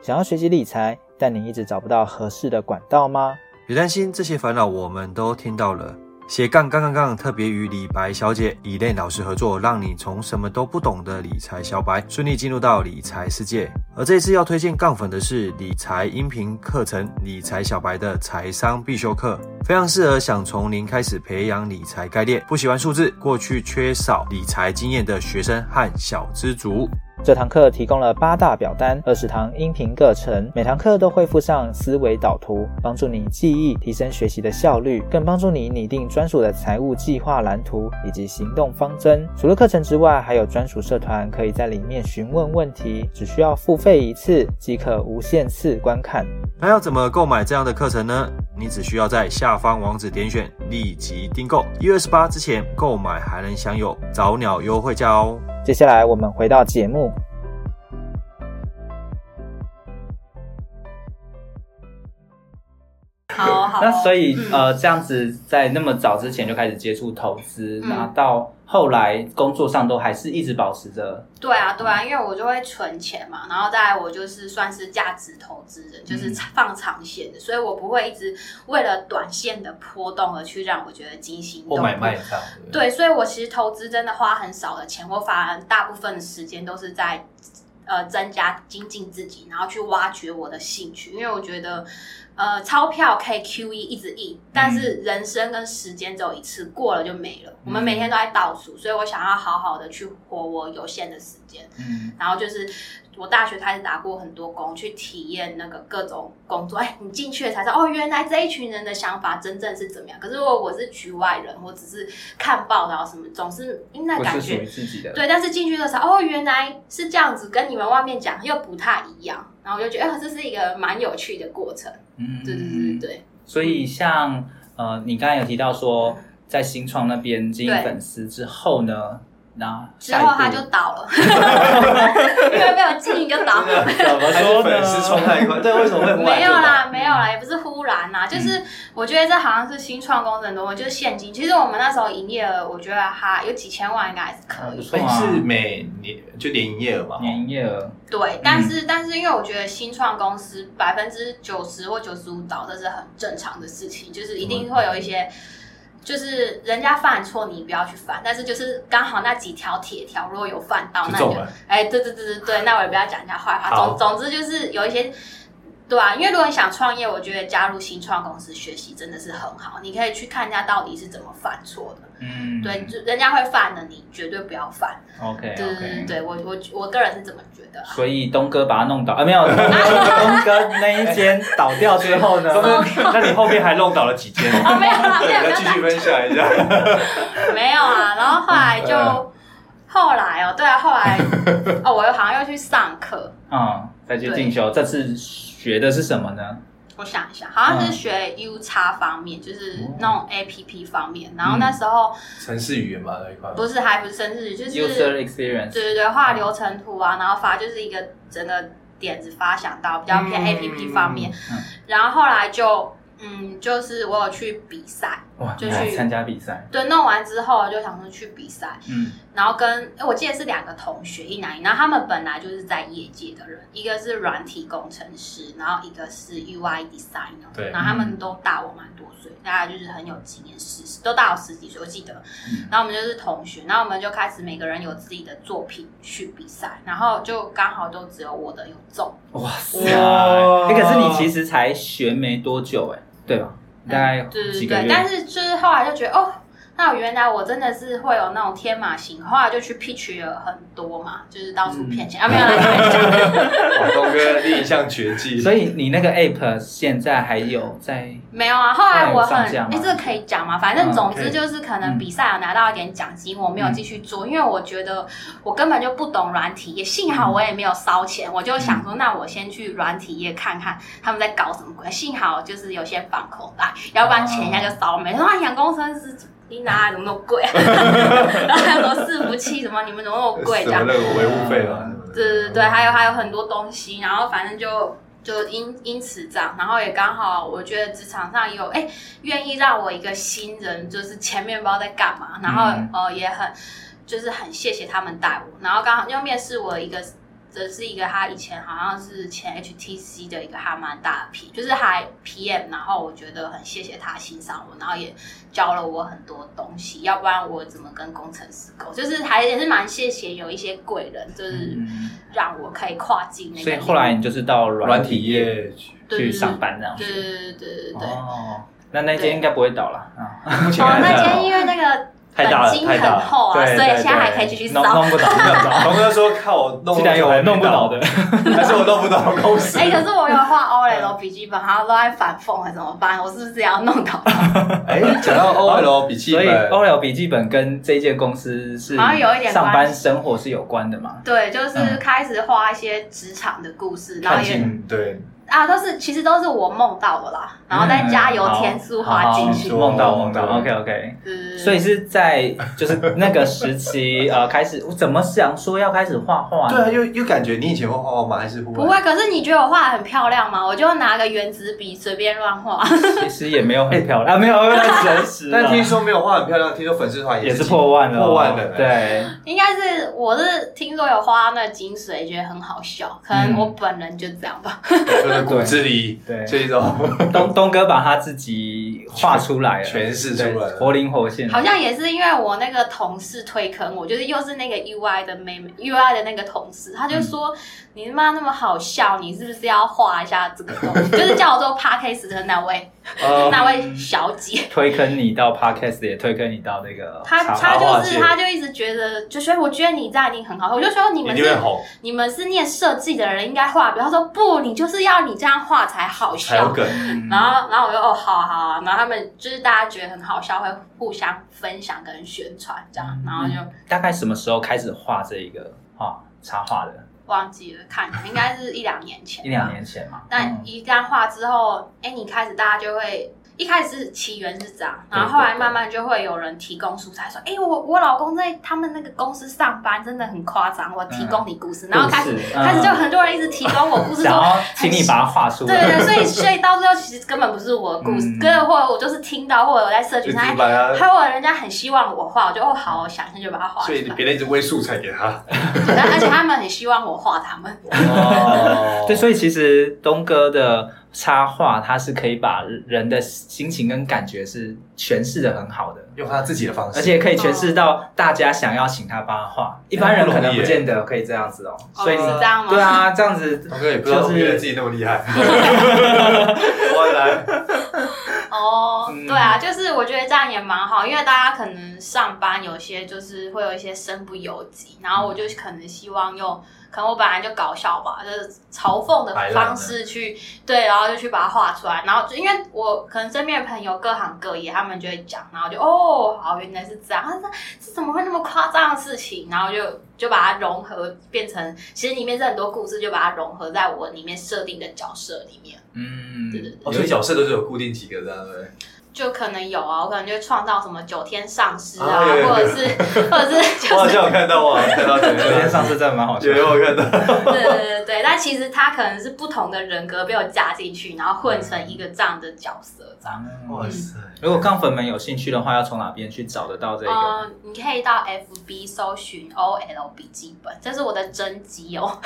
Speaker 4: 想要学习理财，但你一直找不到合适的管道吗？
Speaker 2: 别担心，这些烦恼我们都听到了。斜杠杠杠杠特别与李白小姐、以类老师合作，让你从什么都不懂的理财小白顺利进入到理财世界。而这一次要推荐杠粉的是理财音频课程《理财小白的财商必修课》，非常适合想从零开始培养理财概念、不喜欢数字、过去缺少理财经验的学生和小资族。
Speaker 4: 这堂课提供了八大表单、二十堂音频课程，每堂课都会附上思维导图，帮助你记忆、提升学习的效率，更帮助你拟定专属的财务计划蓝图以及行动方针。除了课程之外，还有专属社团，可以在里面询问问题，只需要付费一次即可无限次观看。
Speaker 2: 那要怎么购买这样的课程呢？你只需要在下方网址点选立即订购，一月二十八之前购买还能享有早鸟优惠价哦。
Speaker 4: 接下来我们回到节目，
Speaker 3: 好好。
Speaker 1: 那所以
Speaker 3: 嗯
Speaker 1: 呃，这样子在那么早之前就开始接触投资，
Speaker 3: 嗯
Speaker 1: 那到后来工作上都还是一直保持着，
Speaker 3: 对啊，对啊，因为我就会存钱嘛，然后再来我就是算是价值投资人，
Speaker 2: 嗯
Speaker 3: 就是放长线的，所以我不会一直为了短线的波动而去让我觉得惊心动魄。
Speaker 2: 这样，
Speaker 3: 对，所以我其实投资真的花很少的钱，我反而大部分的时间都是在呃增加精进自己，然后去挖掘我的兴趣，因为我觉得呃钞票可以 QE 一直印，但是人生跟时间只有一次，过了就没了。我们每天都在倒数，所以我想要好好的去活我有限的时间。
Speaker 1: 嗯，
Speaker 3: 然后就是我大学开始打过很多工，去体验那个各种工作。哎，你进去了才知道，哦，原来这一群人的想法真正是怎么样。可是如果我是局外人，我只是看报道什么，总是因为那
Speaker 1: 不
Speaker 3: 感
Speaker 1: 是属于
Speaker 3: 觉
Speaker 1: 自己的，
Speaker 3: 对。但是进去的时候，哦，原来是这样子，跟你们外面讲又不太一样。然后我就觉得，哎，这是一个蛮有趣的过程。
Speaker 1: 嗯，
Speaker 3: 对对对对对，
Speaker 1: 所以像呃，你刚才有提到说在新创那边经营
Speaker 3: 对
Speaker 1: 粉丝之后呢，那
Speaker 3: 之后他
Speaker 1: 下一步
Speaker 3: 就倒了， 因为没有经营就倒
Speaker 2: 啊
Speaker 3: 了。
Speaker 1: 怎么
Speaker 2: 还是
Speaker 1: 说呢
Speaker 2: 粉丝冲太快，对，为什么 会忽然
Speaker 3: 没
Speaker 2: 就嗯
Speaker 3: 有
Speaker 2: 倒
Speaker 3: 啦，没有啦，也不是忽然啦，就是我觉得这好像是新创工程多么，就是现金。其实我们那时候营业额，我觉得哈有几千万应该还是可
Speaker 1: 不
Speaker 2: 嗯
Speaker 3: 以。
Speaker 1: 错啊，
Speaker 2: 哎是每年就年营业额嘛？
Speaker 1: 年营业额，
Speaker 3: 对，但
Speaker 2: 嗯
Speaker 3: 是、但是因为我觉得新创公司百分之九十或九十五倒，这是很正常的事情，就是一定会有一些。就是人家犯错，你不要去犯，但是就是刚好那几条铁条，如果有犯到，
Speaker 2: 就
Speaker 3: 那你
Speaker 2: 中
Speaker 3: 就
Speaker 2: 了，
Speaker 3: 哎，对对对对对，那我也不要讲人家坏话。
Speaker 2: 好
Speaker 3: 总总之就是有一些，对啊，因为如果你想创业，我觉得加入新创公司学习真的是很好，你可以去看人家到底是怎么犯错的。
Speaker 1: 嗯，
Speaker 3: 对，就人家会犯的，你绝对不要犯。
Speaker 1: ，OK，
Speaker 3: 对对对
Speaker 1: OK
Speaker 3: 对，我我我个人是怎么觉 得、啊？
Speaker 1: 所以东哥把他弄倒啊，没 有，东哥那一间倒掉之后呢，
Speaker 2: 哎那你后面还弄倒了几间？
Speaker 3: 哦，没有啦，没有没
Speaker 2: 来
Speaker 3: 有
Speaker 2: 继续分享一下。
Speaker 3: 没有啊，然后后来就、
Speaker 1: 嗯
Speaker 3: 后来哦，对啊，后 来哦，我又好像又去上课，
Speaker 1: 嗯，再去进修，这次学的是什么呢？
Speaker 3: 我想一下，好像
Speaker 1: 嗯
Speaker 3: 是学 U 叉方面，就是那种 A P P 方面。然后
Speaker 1: 哦嗯
Speaker 3: 那时候
Speaker 2: 城市语言嘛那一块，
Speaker 3: 不是还不是生日，就是
Speaker 1: user
Speaker 3: 对
Speaker 1: experience，
Speaker 3: 对对，画流程图啊，然后发就是一个整个点子发想到比较
Speaker 2: 嗯
Speaker 3: 偏 A P P 方面，
Speaker 1: 嗯
Speaker 3: 然后后来就。嗯，就是我有去比赛，
Speaker 1: 哇，
Speaker 3: 就
Speaker 1: 你
Speaker 3: 去
Speaker 1: 还参加比赛，
Speaker 3: 对，弄完之后就想说去比赛，
Speaker 1: 嗯，
Speaker 3: 然后跟哎诶我记得是两个同学，一男一女，然后他们本来就是在业界的人，一个是软体工程师，然后一个是 UI designer，
Speaker 1: 对
Speaker 3: 然后他们
Speaker 1: 嗯
Speaker 3: 都大我蛮多岁，大概就是很有经验，十都大我十几岁，我记得，
Speaker 1: 嗯
Speaker 3: 然后我们就是同学，然后我们就开始每个人有自己的作品去比赛，然后就刚好都只有我的有中，
Speaker 1: 哇塞！
Speaker 5: 哇
Speaker 1: 欸可是你其实才学没多久，哎，对吧？大概
Speaker 3: 嗯对
Speaker 1: 几
Speaker 3: 对
Speaker 1: 个
Speaker 3: 对
Speaker 1: 月，，
Speaker 3: 但是就是后来就觉得哦。那原来我真的是会有那种天马行，后来就去 pitch 了很多嘛，就是到处骗钱、啊，没 有啦，开玩笑
Speaker 2: 哦
Speaker 6: 东哥另一项绝技，
Speaker 1: 所以你那个 app 现在还有在
Speaker 3: 没有啊，后来我很
Speaker 1: 上架
Speaker 3: 哎、
Speaker 1: 吗
Speaker 3: 这个可以讲吗？反正总
Speaker 1: 嗯可以嗯
Speaker 3: 之就是可能比赛有拿到一点奖金，我没有继续做，因为我觉得我根本就不懂软体业，幸好我也没有烧钱，
Speaker 1: 嗯
Speaker 3: 我就想说，那我先去软体业看看他们在搞什么鬼。幸好就是有些放口袋，要不然钱一下就烧没。说啊，养工程师你哪来怎么那么 贵啊？ 然后还有什么伺服器什么，你们怎么那么贵这
Speaker 6: 什
Speaker 3: 样？
Speaker 6: 么那个维护费啊，什么的
Speaker 3: 对对
Speaker 2: 哦
Speaker 3: 对，还有还有很多东西，然后反正就就因因此这样，然后也刚好我觉得职场上也有哎愿意让我一个新人，就是前面不知道在干嘛，然后、
Speaker 1: 嗯
Speaker 3: 呃也很就是很谢谢他们带我，然后刚好又面试我一个。则是一个他以前好像是前 HTC 的一个还蛮大的 P，就是还 PM，然后我觉得很谢谢他欣赏我，然后也教了我很多东西，要不然我怎么跟工程师沟？就是还也是蛮谢谢有一些贵人，就是
Speaker 1: 嗯
Speaker 3: 让我可以跨境那个。
Speaker 1: 所以后来你就是到
Speaker 6: 软
Speaker 1: 软
Speaker 6: 体
Speaker 1: 体
Speaker 6: 业去
Speaker 3: 对
Speaker 1: 去上班这样
Speaker 3: 对
Speaker 1: 子。
Speaker 3: 对对对对对。
Speaker 1: 哦，那那间应该不会倒了啊，目前
Speaker 3: 哦，
Speaker 1: 看起
Speaker 3: 那
Speaker 1: 来
Speaker 3: 今天因为那个
Speaker 1: 太大
Speaker 3: 本
Speaker 1: 了，
Speaker 3: 金
Speaker 1: 太大
Speaker 3: 很
Speaker 1: 了，
Speaker 3: 厚啊，
Speaker 1: 对
Speaker 3: 所以
Speaker 1: 对
Speaker 3: 现在还
Speaker 1: 对
Speaker 3: 可以继续
Speaker 1: 弄
Speaker 3: 烧。
Speaker 1: 弄不倒，弄不倒。
Speaker 6: 龙哥说：“看我弄，
Speaker 1: 既然有 弄不倒的，，
Speaker 6: 还是我弄不倒公司。
Speaker 3: 哎、可是我有画 OL 笔记本，然后都在反讽，怎么办？我是不是也要弄倒？好
Speaker 6: 哎，讲 到 OL 笔记
Speaker 1: 所以
Speaker 6: 本，
Speaker 1: OL 笔记本跟这间公司是
Speaker 3: 好像有一点关系
Speaker 1: 上班生活是有关的嘛？
Speaker 3: 对，就是
Speaker 1: 嗯
Speaker 3: 开始画一些职场的故事，然后
Speaker 1: 看
Speaker 3: 也
Speaker 1: 尽
Speaker 6: 嗯，对，
Speaker 3: 啊，都是其实都是我梦到的啦，然后再加油
Speaker 1: 嗯好
Speaker 3: 添速画进去
Speaker 6: 好。
Speaker 1: 梦到梦到
Speaker 6: 对
Speaker 1: ，OK OK。
Speaker 3: 对对对
Speaker 1: 所以是在就是那个时期呃开始，我怎么想说要开始画画
Speaker 6: 对啊，
Speaker 1: 呢？
Speaker 6: 又又感觉你以前会画画吗？还是
Speaker 3: 不会，？可是你觉得我画的很漂亮吗？我就拿个原子笔随便乱画。
Speaker 1: 其实也没有很漂亮啊，没有没有很诚 实啊，
Speaker 6: 哎但听说没有画很漂亮，听说粉丝团
Speaker 1: 也是
Speaker 6: 是
Speaker 1: 破万了哦，
Speaker 6: 破万了。，哎
Speaker 1: 对，
Speaker 3: 应该是我是听说有花那精髓，觉得很好笑，
Speaker 6: 嗯
Speaker 3: 可能我本人就这样吧。
Speaker 6: 就是骨子里
Speaker 1: 对
Speaker 6: 这一种，
Speaker 1: 东东哥把他自己画出来了，
Speaker 6: 诠释出来
Speaker 1: 对
Speaker 6: 了
Speaker 1: 活灵活现，
Speaker 3: 好像也是因为我那个同事推坑我，就是又是那个 UI 的妹妹，UI 的那个同事，他就说、你他妈那么好笑，你是不是要画一下这个 东西？就是叫我做 podcast 的那位、
Speaker 1: 呃
Speaker 6: 哦
Speaker 3: 那位小姐。
Speaker 1: 推坑你到 podcast，也推坑你到那个
Speaker 3: 她
Speaker 1: 插
Speaker 3: 她
Speaker 1: 画
Speaker 3: 就
Speaker 1: 界
Speaker 3: 是她就一直觉得，就说我觉得你这样一定很好看，我就说你
Speaker 6: 一
Speaker 3: 们
Speaker 6: 定
Speaker 3: 是
Speaker 6: 会红，
Speaker 3: 你们是念设计的人应该画表，他说不，你就是要你这样画才好
Speaker 6: 才有
Speaker 3: 笑。
Speaker 6: 梗。
Speaker 1: 嗯
Speaker 3: 然后，然后我就哦，好啊好啊。然后他们就是大家觉得很好笑，会互相分享跟宣传这
Speaker 1: 嗯
Speaker 3: 样，然后就
Speaker 1: 大概什么时候开始画这一个画插画的？
Speaker 3: 忘记了看，应该是一两年前。
Speaker 1: 一两。年前嘛。
Speaker 3: 但
Speaker 1: 嗯
Speaker 3: 一这样画之后，哎，你开始大家就会。一开始是起源是这样，
Speaker 1: 对
Speaker 3: 然后后来慢慢就会有人提供素材，说：“哎、我我老公在他们那个公司上班，真的很夸张，我提供你故事。然后开始、
Speaker 1: 故事
Speaker 3: 开始就
Speaker 1: 嗯
Speaker 3: 很多人一直提供我故事，
Speaker 1: 想
Speaker 3: 说
Speaker 1: 要请你把它画出
Speaker 3: 对对，
Speaker 1: 来。
Speaker 3: 对 所以所以到最后其实根本不是我的故事，
Speaker 1: 嗯
Speaker 3: 跟着或者我就是听到，或者我在社
Speaker 6: 就
Speaker 3: 群
Speaker 6: 是
Speaker 3: 上，哎
Speaker 6: 把它，
Speaker 3: 还有人家很希望我画，我就哦好，我想象就把它画出
Speaker 6: 所以
Speaker 3: 来。
Speaker 6: 别人一直喂素材给他。
Speaker 3: 对但而且他们很希望我画他们，
Speaker 6: 哦
Speaker 1: 对，所以其实东哥的插画，它是可以把人的心情跟感觉是诠释的很好的，
Speaker 6: 用他自己的方式，
Speaker 1: 而且可以诠释到大家想要请他帮他画，一般人可能
Speaker 6: 不容易
Speaker 1: 不
Speaker 6: 耶
Speaker 1: 见得可以这样子哦。所以你
Speaker 3: 是这样吗？
Speaker 1: 对啊，这样子
Speaker 6: 龙哥也不知道
Speaker 1: 就是
Speaker 6: 原来自己那么厉害。 我来，
Speaker 3: 哦、
Speaker 1: 嗯
Speaker 3: 对啊，就是我觉得这样也蛮好，因为大家可能上班有些就是会有一些身不由己，然后我就可能希望用，可能我本来就搞笑吧，就是嘲讽的
Speaker 6: 摆烂
Speaker 3: 方式去对，然后就去把它画出来，然后就因为我可能身边的朋友各行各业，他们就会讲，然后就哦，好，原来是这样，啊这这怎么会那么夸张的事情？然后就就把它融合变成，其实里面是很多故事，就把它融合在我里面设定的角色里面。
Speaker 1: 嗯
Speaker 3: 对对对
Speaker 6: 哦，所以角色都是有固定几个这样对不对？
Speaker 3: 就可能有啊，我可能就会创造什么九天上师啊，
Speaker 6: 啊有有有
Speaker 3: 或者是 或者是
Speaker 6: 我
Speaker 3: 就
Speaker 6: 好
Speaker 3: 是
Speaker 6: 像有看到，我好像看 到
Speaker 2: 哦
Speaker 1: 昨天上次真的蛮好笑
Speaker 6: 有
Speaker 1: 的，
Speaker 6: 有我看到，
Speaker 3: 对对对对，但其实他可能是不同的人格被我加进去，然后混成一个这样的角色这样。
Speaker 6: 哇塞，
Speaker 1: 如果杠粉们有兴趣的话，要从哪边去找得到这个？
Speaker 3: 嗯，你可以到 FB 搜寻 OL 笔记本，这是我的真集哦。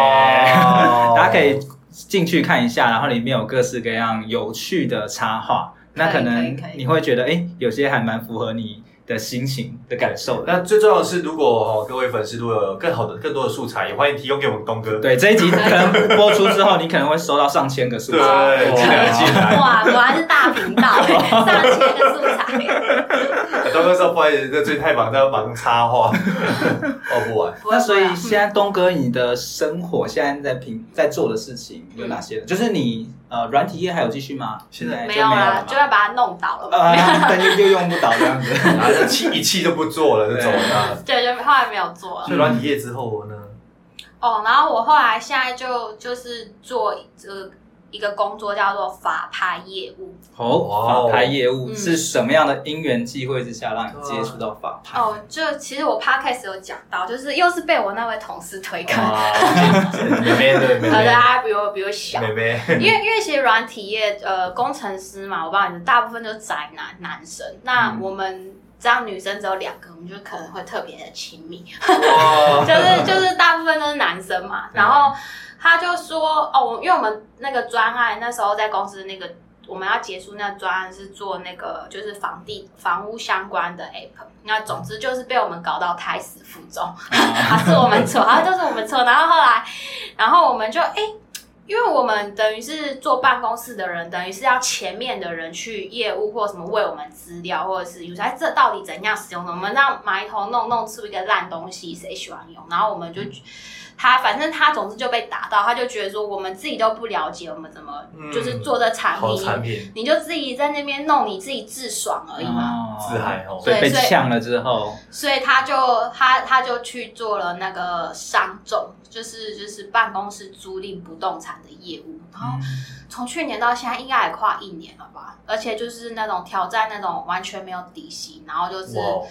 Speaker 6: 哇
Speaker 1: 大家可以进去看一下，然后里面有各式各样有趣的插画，那
Speaker 3: 可以可以
Speaker 1: 能
Speaker 3: 可以
Speaker 1: 你会觉得，哎、有些还蛮符合你的心情的感受的。
Speaker 6: 那最重要的是，如果哦各位粉丝如果有更好的、更多的素材，也欢迎提供给我们东哥。
Speaker 1: 对这一集可能播出之后，你可能会收到上千个数 字。
Speaker 6: 对，
Speaker 1: 哇
Speaker 6: 记得进来。
Speaker 3: 哇，果然是大频 道，上千个素材。
Speaker 6: 东哥说不好意思，这最太忙，在忙插画，画哦不完。
Speaker 3: 不会
Speaker 1: 那所以
Speaker 3: 不会啊
Speaker 1: 现在东哥，你的生活现在在平在做的事情有哪些呢？就是你呃，软体业还有继续吗？
Speaker 6: 现在
Speaker 1: 就
Speaker 3: 没
Speaker 1: 没有
Speaker 3: 有啦
Speaker 1: 了，
Speaker 3: 就要把它弄倒了。
Speaker 1: 啊， 但又又用不到这样 子。
Speaker 6: 然后就啊气一气就不做了，就走了。
Speaker 3: 对，就后来没有做了
Speaker 6: 所以软体业之后呢，
Speaker 3: 哦。然后我后来现在就就是做呃一个工作叫做法拍业务。
Speaker 6: 哇
Speaker 1: 哦，
Speaker 6: 哦
Speaker 1: 法拍业务
Speaker 3: 嗯
Speaker 1: 是什么样的因缘际会之下让你接触到法拍？
Speaker 3: 哦，就其实我 podcast 有讲到，就是又是被我那位同事推坑，
Speaker 1: 哦
Speaker 6: 啊，妹妹对妹
Speaker 3: 可是
Speaker 6: 妹，
Speaker 3: 他比我比我小，
Speaker 6: 妹妹，
Speaker 3: 因为因为其实软体业呃工程师嘛，我不知道你们大部分都是宅男男生，那
Speaker 1: 嗯
Speaker 3: 我们这样女生只有两个，我们就可能会特别的亲密，
Speaker 6: 哇，
Speaker 3: 就是就是大部分都是男生嘛。然后他就说哦，我因为我们那个专案那时候在公司那个。我们要结束那专案是做那个就是房地房屋相关的 app，那总之就是被我们搞到胎死腹中，啊，是我们错，啊，就是我们错。然后后来，然后我们就哎、诶因为我们等于是坐办公室的人，等于是要前面的人去业务或什么为我们资料，或者是有时候哎这到底怎样使用的，我们让埋头弄弄出一个烂东西，谁喜欢用？然后我们
Speaker 6: 嗯
Speaker 3: 就。他反正他总之就被打到，他就觉得说我们自己都不了解，我们怎么
Speaker 6: 嗯
Speaker 3: 就是做这产
Speaker 6: 好
Speaker 3: 品，
Speaker 6: 产品，
Speaker 3: 你就自己在那边弄，你自己自爽而已嘛。
Speaker 1: 哦
Speaker 6: 自嗨哦
Speaker 1: 所以被
Speaker 3: 对所以
Speaker 1: 呛了之后，
Speaker 3: 所以他就他他就去做了那个商仲，就是就是办公室租赁不动产的业务，
Speaker 1: 嗯
Speaker 3: 然后
Speaker 6: 嗯
Speaker 3: 从去年到现在应该也快一年了吧，而且就是那种挑战那种完全没有底薪，然后就是
Speaker 6: 哇哦，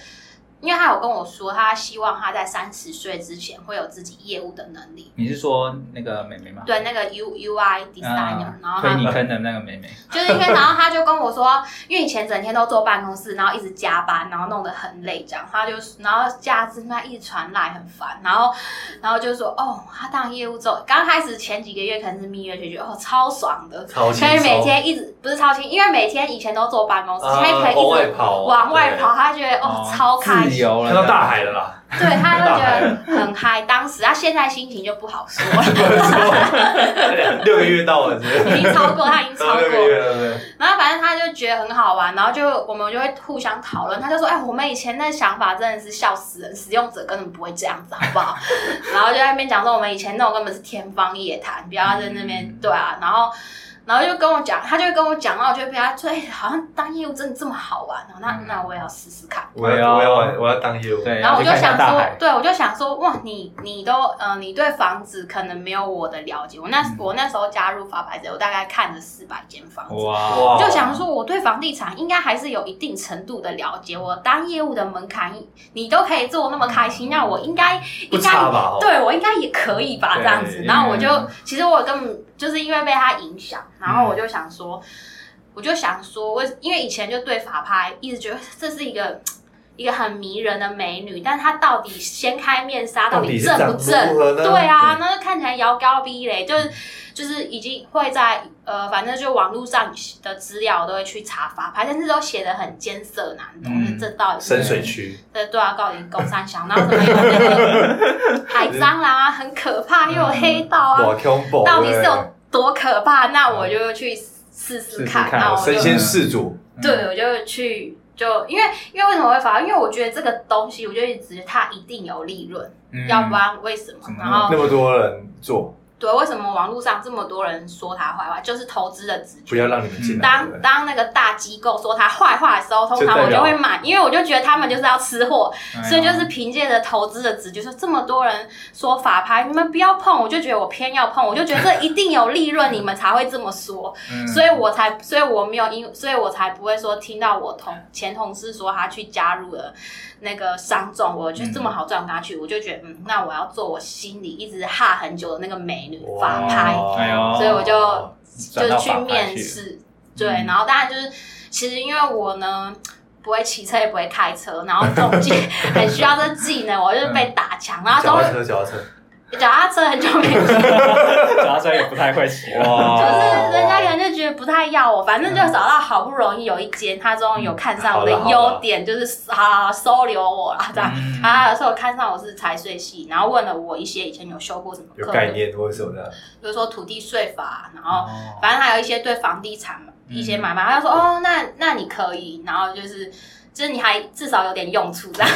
Speaker 3: 因为他有跟我说，他希望他在三十岁之前会有自己业务的能力。
Speaker 1: 你是说那个美眉吗？
Speaker 3: 对，那个 U U I designer，、
Speaker 6: 啊
Speaker 1: 嗯
Speaker 3: 然后他
Speaker 1: 推你坑的那个美眉，
Speaker 3: 就是因为，然后他就跟我说，因为以前整天都坐办公室，然后一直加班，然后弄得很累，这样，他就然后假日那一直传来很烦，然后然后就说，哦，他当业务之后，刚开始前几个月可能是蜜月期，觉得哦超爽的，
Speaker 6: 超轻
Speaker 3: 所
Speaker 6: 松
Speaker 3: 以每天一直不是超轻，因为每天以前都坐办公室，
Speaker 6: 啊
Speaker 3: 现在可以
Speaker 6: 往
Speaker 3: 一
Speaker 6: 外
Speaker 3: 直
Speaker 6: 跑
Speaker 3: 往外跑，他觉得哦超开
Speaker 1: 自
Speaker 3: 心，
Speaker 1: 由了，
Speaker 6: 看到大海了 啦，
Speaker 3: 对，他就
Speaker 6: 大
Speaker 3: 觉
Speaker 6: 海
Speaker 3: 得很嗨。当时他现在心情就不好说了，
Speaker 6: 六个月到了，
Speaker 3: 已经超过，他已经超
Speaker 6: 到
Speaker 3: 过
Speaker 6: 六个月了，对不对
Speaker 3: 然后反正他就觉得很好玩，然后就我们就会互相讨论。他就说：“哎，我们以前那想法真的是笑死人，使用者根本不会这样子，好不好？” 然后就在那边讲说我们以前那种根本是天方夜啊谭，不要在那边、对啊。然后，然后就跟我讲，他就会跟我讲，然后我就被他说：“哎，好像当业务真的这么好玩哦，那
Speaker 1: 嗯
Speaker 3: 那我也要试试看。”
Speaker 6: 我要我要玩我要当业务，
Speaker 1: 对，
Speaker 3: 然后我就
Speaker 1: 哎去看一下
Speaker 3: 想
Speaker 1: 大
Speaker 3: 说
Speaker 1: 海，，
Speaker 3: 对，我就想说，哇，你你都，呃，你对房子可能没有我的了解。我那、
Speaker 1: 嗯
Speaker 3: 我那时候加入法拍者，我大概看了四百间房子，
Speaker 6: 哦
Speaker 1: 哇，
Speaker 3: 就想说，我对房地产应该还是有一定程度的了解。我当业务的门槛，你都可以做那么开心，那我应该
Speaker 6: 嗯不
Speaker 3: 应
Speaker 6: 差
Speaker 3: 该
Speaker 6: 吧？哦，
Speaker 3: 对我应该也可以吧？
Speaker 6: 对
Speaker 3: 这样子，然后我就
Speaker 1: 嗯
Speaker 3: 其实我根本就是因为被他影响，然后我
Speaker 6: 嗯
Speaker 3: 就想说，我就想说，我因为以前就对法拍一直觉得这是一个。一个很迷人的美女，但她到底掀开面纱，
Speaker 6: 到
Speaker 3: 到
Speaker 6: 底
Speaker 3: 底
Speaker 6: 是
Speaker 3: 正不
Speaker 6: 长如
Speaker 3: 正？
Speaker 6: 何呢
Speaker 3: 对啊，那就看起来摇高逼嘞，就是就是已经会在呃，反正就网络上的资料我都会去查法拍，但是都写的很艰涩难懂，
Speaker 1: 嗯
Speaker 3: 这到底是
Speaker 6: 深水区，
Speaker 3: 对对啊，告你狗三小，然后什么有那个海蟑螂啊，很可怕，又有黑道
Speaker 6: 哇
Speaker 3: 啊，
Speaker 6: ，combo，
Speaker 3: 到底是
Speaker 6: 对
Speaker 3: 有多可怕？那我就去试试
Speaker 1: 试试
Speaker 3: 看，
Speaker 1: 看
Speaker 3: 那我就
Speaker 6: 哦身先士卒，
Speaker 1: 嗯
Speaker 3: 对，我就去。就因为因为为什么会发？因为我觉得这个东西，我就一直觉得它一定有利润，
Speaker 1: 嗯
Speaker 3: 要不然为什么？
Speaker 1: 怎么
Speaker 3: 然后
Speaker 6: 那么多人做，
Speaker 3: 对对，为什么网络上这么多人说他坏话，就是投资的直
Speaker 2: 不
Speaker 3: 觉
Speaker 2: 要。让你们进来。对啊不
Speaker 3: 当
Speaker 2: 对
Speaker 3: 当那个大机构说他坏话的时候，通常我就会买，因为我就觉得他们就是要吃货，
Speaker 1: 哎
Speaker 3: 所以就是凭借着投资的直觉，说这么多人说法拍，你们不要碰，我就觉得我偏要碰，我就觉得这一定有利润，你们才会这么说。
Speaker 1: 嗯
Speaker 3: 所以我才，所以我没有因，所以我才不会说听到我同前同事说他去加入了那个商众，我就这么好赚，我跟他去，我就觉得嗯，那我要做我心里一直哈很久的那个美女法拍，
Speaker 2: 哇
Speaker 1: 哎呦
Speaker 3: 所以我就
Speaker 1: 转
Speaker 3: 就
Speaker 1: 到
Speaker 3: 去
Speaker 1: 法拍
Speaker 3: 面
Speaker 1: 去
Speaker 3: 试，对，
Speaker 1: 嗯
Speaker 3: 然后当然就是其实因为我呢。不会骑车也不会开车，然后中 介很需要这技能，我就是被打墙，然后
Speaker 2: 脚
Speaker 1: 嗯
Speaker 3: 都
Speaker 2: 踏车，脚踏车，
Speaker 3: 脚踏车很久没骑，
Speaker 1: 脚踏车也不太会骑
Speaker 2: 哦
Speaker 1: 了。
Speaker 3: 就是人家可能就觉得不太要我，反正就找到好不容易有一间，他终于
Speaker 1: 嗯
Speaker 3: 有看上我的优点，就是啊收留我啦这样。
Speaker 1: 嗯
Speaker 3: 啊，有时候看上我是财税系，然后问了我一些以前有修过什么
Speaker 2: 有
Speaker 3: 课
Speaker 2: 概
Speaker 3: 的，
Speaker 2: 念或者什么的，
Speaker 3: 比如说土地税法，然后
Speaker 1: 哦
Speaker 3: 反正还有一些对房地产嘛
Speaker 1: 嗯
Speaker 3: 一些买卖，他就说哦，那那你可以，然后就是就是你还至少有点用处这样，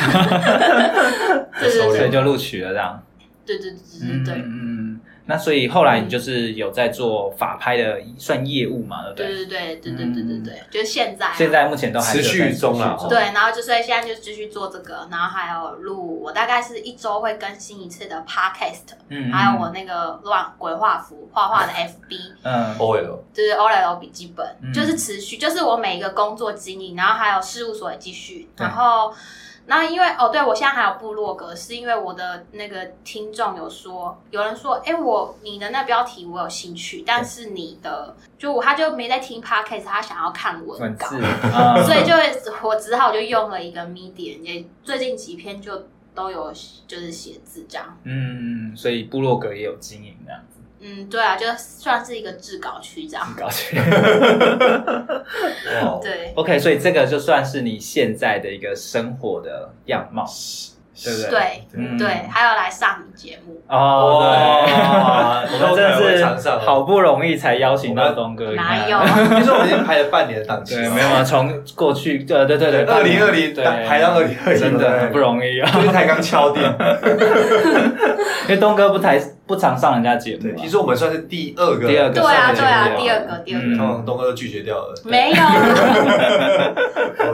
Speaker 3: 对对
Speaker 2: 收
Speaker 1: 所
Speaker 2: 敛
Speaker 3: 对
Speaker 1: 以就录取了这样。
Speaker 3: 对对对对嗯
Speaker 1: 嗯
Speaker 3: 对
Speaker 1: 嗯嗯。那所以后来你就是有在做法拍的算业务嘛，对不对？
Speaker 3: 对对对对对对对对，就是现在啊
Speaker 1: 现在目前都还是有在
Speaker 2: 持续中啦
Speaker 3: 对，然后就所以现在就继续做这个，然后还有录，我大概是一周会更新一次的 podcast，、
Speaker 1: 嗯，
Speaker 3: 还有我那个乱鬼画符画画的 FB，
Speaker 1: 嗯
Speaker 2: OL
Speaker 3: 就是 OLL 笔记本，
Speaker 1: 嗯
Speaker 3: 就是持续，就是我每一个工作经历，然后还有事务所也继续，
Speaker 1: 对
Speaker 3: 然后。然后因为哦，对我现在还有部落格，是因为我的那个听众有说，有人说，哎，我你的那标题我有兴趣，但是你的就我他就没在听 podcast，他想要看文
Speaker 1: 文
Speaker 3: 稿，
Speaker 1: 字，嗯
Speaker 3: 所以就会我只好就用了一个 Medium，也最近几篇就都有就是写字这样。
Speaker 1: 嗯，所以部落格也有经营这样子，
Speaker 3: 嗯，对啊，就算是一个制稿区这样
Speaker 1: 很。高 兴。
Speaker 6: 哦
Speaker 2: 哇，
Speaker 3: 对，
Speaker 1: OK，所以这个就算是你现在的一个生活的样貌，对不对？
Speaker 3: 对
Speaker 1: 嗯
Speaker 3: 对，还有来上你节目，
Speaker 1: 哦，
Speaker 2: 哇
Speaker 1: 对，我们真
Speaker 2: 我们有可能会
Speaker 1: 的
Speaker 2: 尝
Speaker 1: 是
Speaker 2: 上哦
Speaker 1: 好不容易才邀请到东哥，
Speaker 3: 哪
Speaker 1: 你
Speaker 3: 有
Speaker 1: 看？？
Speaker 2: 听说我们已经排了半年的档期，
Speaker 1: 对，没有啊，从过去，对对对对，
Speaker 2: 二零二零
Speaker 1: 对，
Speaker 2: 排到二零二零，
Speaker 1: 真的很不容易啊，
Speaker 2: 易，就是才刚敲 定。
Speaker 1: 因为东哥不太不常上人家节目
Speaker 2: 对，
Speaker 1: 啊，
Speaker 2: 听说我们算是第二个，
Speaker 1: 第二个
Speaker 3: 对啊，
Speaker 1: 上
Speaker 3: 对
Speaker 1: 节
Speaker 3: 啊，
Speaker 1: 目
Speaker 3: 第二个，第二
Speaker 2: 通
Speaker 3: 个
Speaker 1: 嗯
Speaker 2: 常东哥都拒绝掉了。
Speaker 3: 没有，
Speaker 2: 对，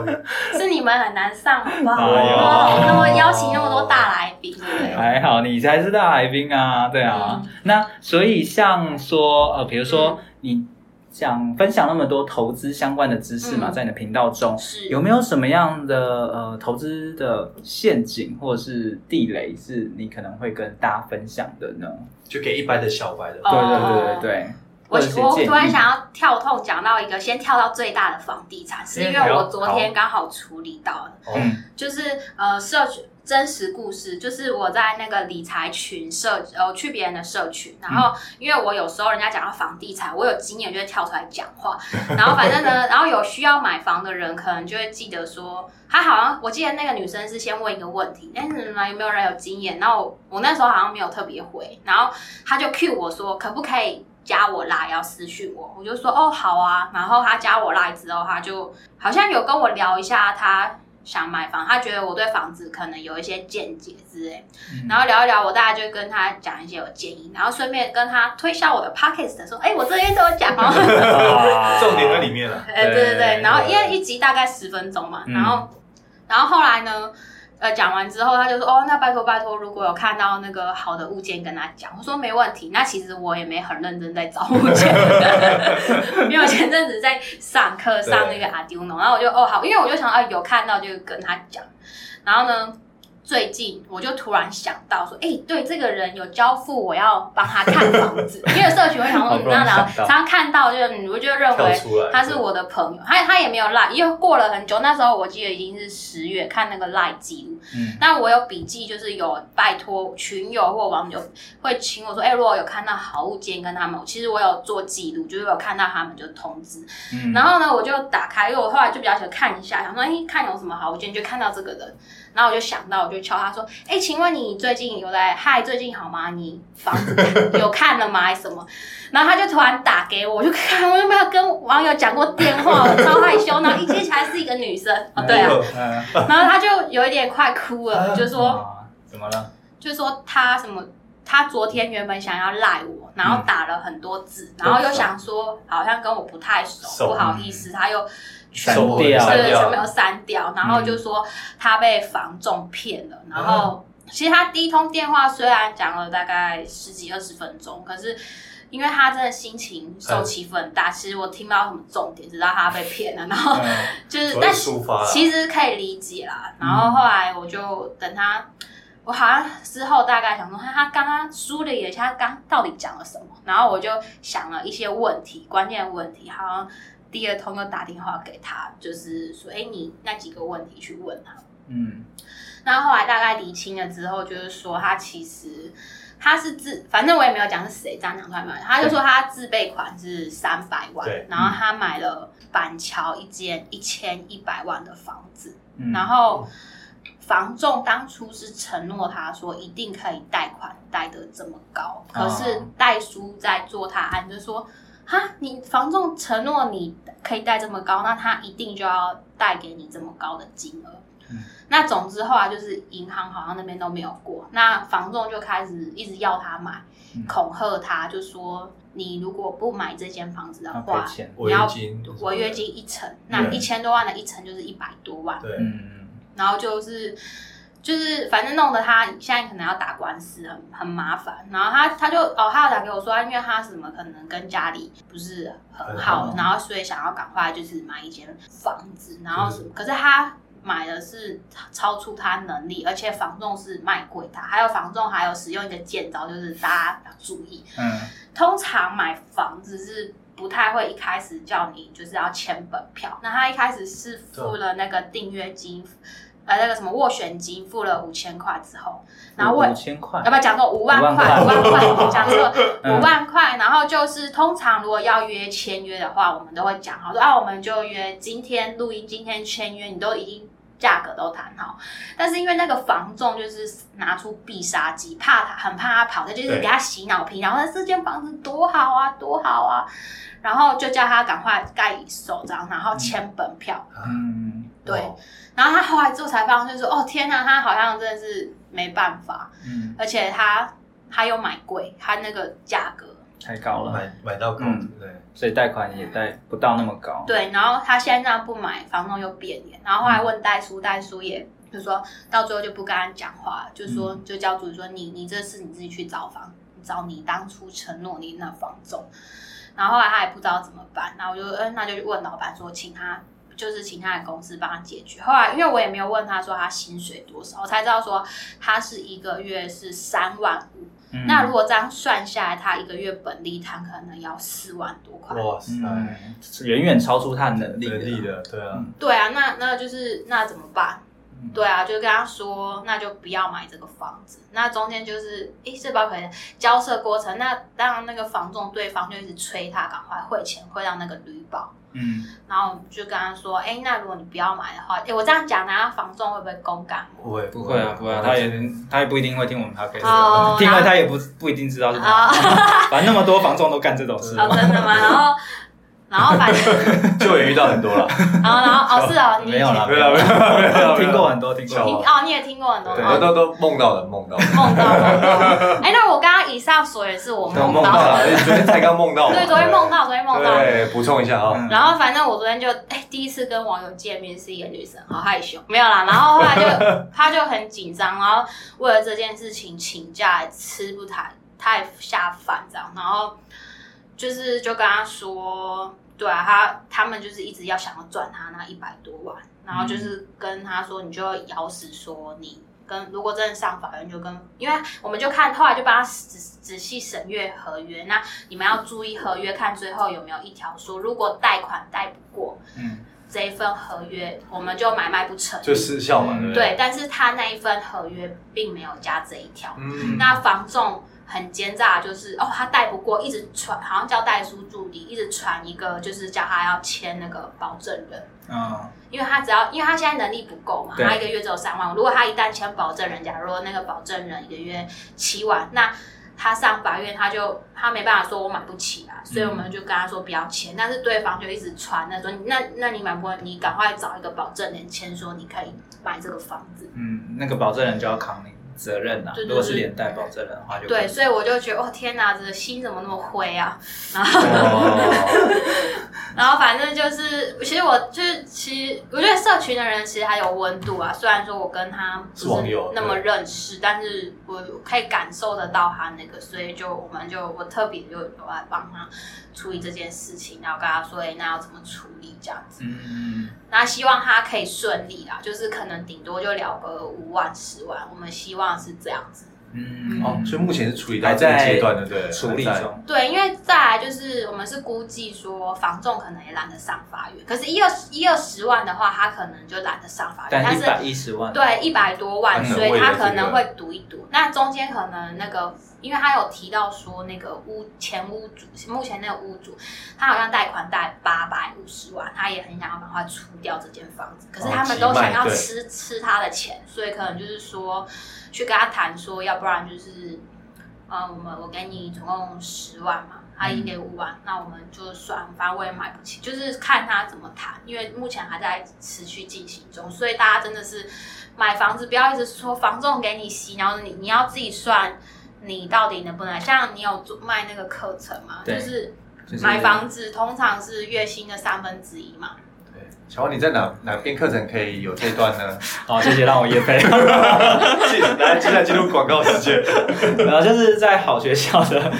Speaker 3: 是你们很难上，好不好？
Speaker 1: 哎呦哎
Speaker 3: 哦那么邀请那么多大来宾，对不对？
Speaker 1: 还好，你才是大来宾啊，对啊。
Speaker 3: 嗯
Speaker 1: 那所以像说呃，比如说你想分享那么多投资相关的知识嘛，
Speaker 3: 嗯
Speaker 1: 在你的频道中，
Speaker 3: 是
Speaker 1: 有没有什么样的呃投资的陷阱或者是地雷是你可能会跟大家分享的呢？
Speaker 2: 就给一般的小白的。
Speaker 3: 哦
Speaker 1: 对对对对对，
Speaker 3: 我
Speaker 1: 或者是
Speaker 3: 我
Speaker 1: 建
Speaker 3: 突然
Speaker 1: 议
Speaker 3: 想要跳痛讲到一个，先跳到最大的房地产，是因为我昨天刚好处理到了，
Speaker 1: 嗯
Speaker 3: 就是呃社群真实故事，就是我在那个理财群社呃去别人的社群，然后因为我有时候人家讲到房地产，我有经验就会跳出来讲话， 然后反正呢，然后有需要买房的人可能就会记得说，他好像我记得那个女生是先问一个问题，但是呢有没有人有经验？然后我我那时候好像没有特别回，然后他就 cue 我说可不可以。加我拉，要私讯我，我就说哦好啊。然后他加我拉之后，他就好像有跟我聊一下他想买房，他觉得我对房子可能有一些见解之类，
Speaker 1: 嗯
Speaker 3: 然后聊一聊，我大概就跟他讲一些我建议，然后顺便跟他推销我的 podcast，说，哎、我这边都有讲哦，
Speaker 1: 啊
Speaker 2: 重点在里面了。
Speaker 3: 哎、对对对，
Speaker 1: 对
Speaker 3: 然后因为一集大概十分钟嘛，
Speaker 1: 嗯
Speaker 3: 然后，然后后来呢？呃，讲完之后，他就说：“哦，那拜托拜托，如果有看到那个好的物件，跟他讲。”我说：“没问题。”那其实我也没很认真在找物件， 因为我前阵子在上课上那个 Arduino，然后我就哦好，因为我就想啊有看到就跟他讲，然后呢。最近我就突然想到说，哎、对这个人有交付，我要帮他看房子， 因为社群会想说，
Speaker 1: 好
Speaker 3: 嗯，
Speaker 1: 不容易
Speaker 3: 那然后
Speaker 1: 想到
Speaker 3: 常常看到就是，嗯我就认
Speaker 2: 跳
Speaker 3: 为
Speaker 2: 出来，
Speaker 3: 他是我的朋友，他他也没有赖，因为过了很久，那时候我记得已经是十月，看那个赖记录，
Speaker 1: 嗯
Speaker 3: 但我有笔记，就是有拜托群友或网友会请我说，哎、如果有看到好物件跟他们，其实我有做记录，就是我有看到他们就通知，
Speaker 1: 嗯
Speaker 3: 然后呢，我就打开，因为我后来就比较喜欢看一下，想说，哎、看有什么好物件，就看到这个人，然后我就想到，我就敲他说，哎、请问你最近有在嗨，最近好吗？你房子有看了吗？还是什么？然后他就突然打给我，我就看我有没有跟网友讲过电话，我超害羞，然后一接起来是一个女生，哦对
Speaker 2: 哎
Speaker 3: 啊，
Speaker 1: 嗯
Speaker 3: 然后他就有一点快哭了，就说
Speaker 1: 啊怎么了？
Speaker 3: 就说他什么。他昨天原本想要赖我，然后打了很多字，然
Speaker 1: 嗯
Speaker 3: 后又想说好像跟我不太熟，
Speaker 2: 熟
Speaker 3: 不好意思，他又全
Speaker 1: 删
Speaker 3: 部
Speaker 1: 掉
Speaker 3: 对
Speaker 2: 删掉
Speaker 3: 全部又删掉，然后就说他被房仲骗了，然后。
Speaker 1: 嗯
Speaker 3: 其实他第一通电话虽然讲了大概十几二十分钟，可是因为他真的心情
Speaker 1: 嗯
Speaker 3: 受起伏很大，其实我听到什么重点，知道他被骗了，然后就是
Speaker 2: 所谓
Speaker 3: 但
Speaker 2: 抒发啦
Speaker 3: 其实可以理解啦。然后后来我就等他，我好像之后大概想说，他他刚刚梳理了一下，他刚到底讲了什么。然后我就想了一些问题，关键问题，好像第二通又打电话给他，就是说，哎，你那几个问题去问他。
Speaker 1: 嗯，
Speaker 3: 然后后来大概理清了之后，就是说他其实他是自，反正我也没有讲是谁，这样讲出来没有？他就说他自备款是三百万
Speaker 2: 对，
Speaker 3: 然后他买了板桥一间一千一百万的房子，
Speaker 1: 嗯
Speaker 3: 然后房仲当初是承诺他说一定可以贷款贷得这么高，可
Speaker 2: 哦
Speaker 3: 是代叔在做他案就说。哈，你房仲承诺你可以贷这么高，那他一定就要贷给你这么高的金额。
Speaker 2: 嗯
Speaker 3: 那总之后来就是银行好像那边都没有过，那房仲就开始一直要他买，
Speaker 1: 嗯
Speaker 3: 恐吓他，就说你如果不买这间房子的
Speaker 1: 要
Speaker 3: 话
Speaker 1: 赔，钱，
Speaker 3: 你要
Speaker 2: 违约金
Speaker 3: 违约金一层，那
Speaker 2: 对
Speaker 3: 一千多万的一层就是一百多万，
Speaker 2: 对，
Speaker 1: 嗯，
Speaker 3: 然后就是就是反正弄得他现在可能要打官司，很很麻烦。然后他他就哦，他有打给我说，因为他什么可能跟家里不是很好，
Speaker 1: 很好
Speaker 3: 然后所以想要赶快就是买一间房子，然后什么可是他。买的是超出他能力，而且房仲是卖贵他，还有房仲还有使用一个剑招，就是大家要注意，
Speaker 1: 嗯，
Speaker 3: 通常买房子是不太会一开始叫你就是要签本票，那他一开始是付了那个订阅金，呃，那个什么斡旋金，付了五千块之后，然后我
Speaker 1: 五千块，
Speaker 3: 要不要讲错？五万块，
Speaker 1: 五万块
Speaker 3: 五万块，讲错
Speaker 1: 嗯
Speaker 3: 五万块。然后就是通常如果要约签约的话，我们都会讲好说啊，我们就约今天录音，今天签约，你都已经价格都谈好。但是因为那个房仲就是拿出必杀技，怕他很怕他跑，他就是
Speaker 2: 对
Speaker 3: 给他洗脑皮，然后说这间房子多好啊，多好啊，然后就叫他赶快盖手章，然后签本票。
Speaker 2: 啊
Speaker 1: 嗯
Speaker 3: 对
Speaker 2: 哦
Speaker 3: 然后他后来之后才发现说，哦天哪，他好像真的是没办法。
Speaker 1: 嗯，
Speaker 3: 而且他他又买贵，他那个价格
Speaker 1: 太高了，
Speaker 2: 买买到高
Speaker 1: 嗯
Speaker 2: 对，
Speaker 1: 所以贷款也贷不到那么高，，
Speaker 3: 对，然后他现在这样不买，房东又变脸，然后后来问代叔，代叔也就说到最后就不跟他讲话了，就说就叫主说你你这次你自己去找房，找你当初承诺你那房仲，然后后来他也不知道怎么办，然后我就嗯那就去问老板说请他。就是请他的公司帮他解决。后来，因为我也没有问他说他薪水多少，我才知道说他是一个月是三万五
Speaker 1: 嗯、
Speaker 3: 那如果这样算下来，他一个月本利摊可能要四万多块。
Speaker 2: 哇塞，
Speaker 1: 嗯，远远超出他能力
Speaker 2: 能力
Speaker 1: 的，
Speaker 2: 的，对啊，
Speaker 3: 对啊，那那就是那怎么办？
Speaker 1: 嗯
Speaker 3: 对啊，就跟他说，那就不要买这个房子。那中间就是，诶，这包可能交涉过程，那当然那个房仲对方就一直催他赶快汇钱汇到那个旅保，
Speaker 1: 嗯，
Speaker 3: 然后我们就跟他说，诶，那如果你不要买的话，诶，我这样讲，然后房仲会不会公干 我？
Speaker 2: 不会
Speaker 1: 不会啊，不会啊，他也他也不一定会听我们 podcast，
Speaker 3: 哦啊
Speaker 1: 的听了他也不不一定知道是什么，反正那么多房仲都干这种事，
Speaker 3: 哦，真的吗？然后，然后反正，
Speaker 2: 就也遇到很多 了，
Speaker 3: 然后然后哦是哦，你以
Speaker 1: 没有
Speaker 3: 前
Speaker 1: 啦，
Speaker 2: 没有没有没有，
Speaker 1: 听过很多，听过很
Speaker 3: 听
Speaker 1: 多，
Speaker 3: 哦，你也听过很多
Speaker 2: 对，
Speaker 3: 哦
Speaker 2: 都都都梦到了，梦到了，
Speaker 3: 梦到梦到。哎、那我刚刚以上所言是我
Speaker 2: 都
Speaker 3: 梦
Speaker 2: 梦到
Speaker 3: 到，
Speaker 2: 了，哎昨天才刚梦到嘛，
Speaker 3: 对，昨天梦到，昨天梦到。
Speaker 2: 对，补充一下啊，
Speaker 1: 嗯
Speaker 3: 然后反正我昨天就哎、第一次跟网友见面是一个女生，好害羞，没有啦。然后后 来就她就很紧张，然后为了这件事情请假，吃不太太下饭这样，然后就是就跟她说，对啊，他他们就是一直要想要赚他那一百多万，然后
Speaker 2: 嗯
Speaker 3: 就是跟他说，你就咬死说你。跟如果真的上法院，就跟因为我们就看后来就帮他仔仔细审阅合约，那你们要注意合约，看最后有没有一条说，如果贷款贷不过
Speaker 1: 嗯
Speaker 3: 这一份合约，我们就买卖不成。
Speaker 2: 就失效嘛，对不
Speaker 3: 嗯对，，但是他那一份合约并没有加这一条。
Speaker 2: 嗯，
Speaker 3: 那房仲很奸诈，就是哦，他贷不过，一直传，好像叫代书助理，一直传一个，就是叫他要签那个保证人。
Speaker 1: 嗯，
Speaker 3: 因为他只要，因为他现在能力不够嘛，
Speaker 1: 对
Speaker 3: 他一个月只有三万。如果他一旦签保证人，假如那个保证人一个月七万，那他上法院他就他没办法说我买不起啊，所以我们就跟他说不要签。但是对方就一直传那说那那你买不完，你赶快找一个保证人签，说你可以买这个房子。
Speaker 1: 嗯，那个保证人就要扛你，责任呐、
Speaker 3: 对对
Speaker 1: 如果是连带保证人的话就可以，
Speaker 3: 对，所以我就觉得，哦天哪，这个心怎么那么灰啊？
Speaker 2: 哦，
Speaker 3: 然后反正就是，其实我就是，其实我觉得社群的人其实还有温度啊。虽然说我跟他
Speaker 2: 是
Speaker 3: 不
Speaker 2: 网
Speaker 3: 是
Speaker 2: 友
Speaker 3: 那么
Speaker 2: 对
Speaker 3: 认识，但是我可以感受得到他那个，所以就我们就我特别就有来帮他处理这件事情，然后跟他说，哎，那要怎么处理这样 子。
Speaker 1: 嗯，
Speaker 3: 那希望他可以顺利啦，就是可能顶多就聊个五万、十万，我们希望是这样子。
Speaker 1: 嗯嗯，
Speaker 2: 哦，所以目前是处理到这个阶段的，对，
Speaker 1: 处理
Speaker 2: 还在
Speaker 1: 中，
Speaker 3: 对，因为再来就是我们是估计说房仲可能也懒得上法院，可是一二一二十万的话，他可能就懒得上法院，
Speaker 1: 但一
Speaker 3: 是
Speaker 1: 百一十万，
Speaker 3: 对一百多
Speaker 2: 他
Speaker 3: 万，
Speaker 2: 可能
Speaker 3: 所以他可
Speaker 2: 嗯为了这
Speaker 3: 能
Speaker 2: 个
Speaker 3: 会赌一赌。那中间可能那个，因为他有提到说那个屋前屋主，目前那个屋主，他好像贷款贷八百五十万，他也很想要赶快出掉这间房子，可是
Speaker 2: 哦
Speaker 3: 他们都
Speaker 2: 急卖
Speaker 3: 想要
Speaker 2: 对
Speaker 3: 吃吃他的钱，所以可能就是说去跟他谈说，要不然就是，呃，我们我给你总共十万嘛。他
Speaker 2: 嗯
Speaker 3: 已经给五万，那我们就算，反正我也买不起，就是看他怎么谈，因为目前还在持续进行中，所以大家真的是买房子不要一直说房仲给你洗，然后你你要自己算你到底能不能。像你有做卖那个课程嘛，
Speaker 1: 对
Speaker 3: 就是
Speaker 1: 就是
Speaker 3: 买房子通常是月薪的三分之一嘛。
Speaker 2: 对小王，你在哪哪边课程可以有这段呢？
Speaker 1: 好，哦谢谢让我夜 配。
Speaker 2: 进来，接下来进入广告时间。
Speaker 1: 然后就是在好学校的，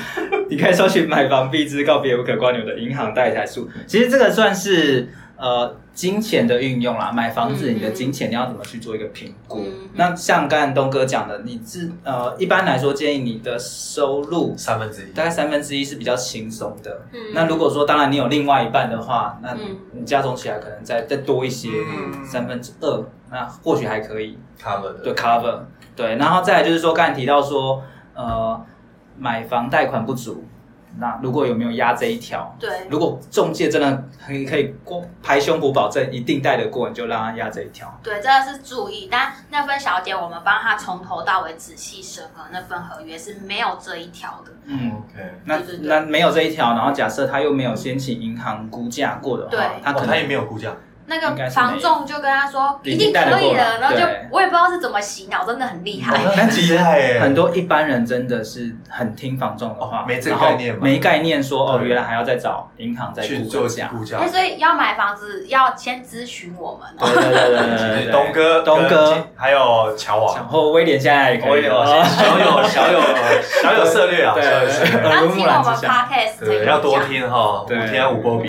Speaker 1: 你可以搜寻买房必知，告别无可挂牛的银行贷台数。其实这个算是呃金钱的运用啦，买房子
Speaker 3: 嗯
Speaker 1: 你的金钱你要怎么去做一个评估？
Speaker 3: 嗯
Speaker 1: 那像刚才东哥讲的，你是呃一般来说建议你的收入
Speaker 2: 三分之一
Speaker 1: 大概三分之一是比较轻松的。
Speaker 3: 嗯
Speaker 1: 那如果说当然你有另外一半的话，那
Speaker 3: 嗯
Speaker 1: 你加总起来可能再再多一些，
Speaker 2: 嗯
Speaker 1: 三分之二，那或许还可以。
Speaker 2: cover 的，
Speaker 1: 对 cover，对，然后再来就是说刚才提到说，呃，买房贷款不足，那如果有没有压这一条？
Speaker 3: 对，
Speaker 1: 如果中介真的可以可以过拍胸脯保证一定贷得过，你就让他压这一条。
Speaker 3: 对，这个是注意。但那份小姐，我们帮她从头到尾仔细审核那份合约是没有这一条的。
Speaker 1: 嗯，
Speaker 2: OK。
Speaker 1: 那
Speaker 3: 对对对
Speaker 1: 那没有这一条，然后假设他又没有先请银行估价过的
Speaker 3: 对
Speaker 1: 话，他
Speaker 2: 哦
Speaker 1: 可
Speaker 2: 他
Speaker 1: 能
Speaker 2: 也没有估价，
Speaker 3: 那
Speaker 1: 应该
Speaker 3: 个
Speaker 1: 是没有
Speaker 3: 房仲就跟她说
Speaker 1: 已
Speaker 3: 一
Speaker 1: 经
Speaker 3: 定
Speaker 1: 带得
Speaker 3: 可以
Speaker 1: 过了
Speaker 3: 了，然后就
Speaker 1: 对哦
Speaker 3: 我也不知道是怎么洗脑，真的很厉害。
Speaker 2: 那很厉害耶，
Speaker 1: 很多一般人真的是很听房仲的话，
Speaker 2: 哦没这个
Speaker 1: 然后
Speaker 2: 概念嘛
Speaker 1: 没概念说哦，
Speaker 2: 对
Speaker 1: 原来还要再找银行再
Speaker 2: 去
Speaker 1: 估
Speaker 2: 做
Speaker 1: 个价。
Speaker 2: 估价
Speaker 3: 哎，。所以要买房子要先咨询我们哦。
Speaker 1: 对对对对对对
Speaker 2: 其
Speaker 1: 对，
Speaker 2: 实东哥、
Speaker 1: 东哥，
Speaker 2: 还有乔
Speaker 1: 然
Speaker 2: 王，
Speaker 1: 后威廉现在也可以，
Speaker 2: 我也 有小有小有小有策略啊，
Speaker 1: 对
Speaker 2: 小有策略。
Speaker 3: 要
Speaker 1: 耳濡
Speaker 3: 听
Speaker 1: 目
Speaker 3: 我
Speaker 1: 染
Speaker 3: 们
Speaker 1: 之下，
Speaker 3: podcast 才有
Speaker 2: 对，要多
Speaker 3: 讲。
Speaker 2: 听哈，五
Speaker 1: 对
Speaker 2: 天五波比，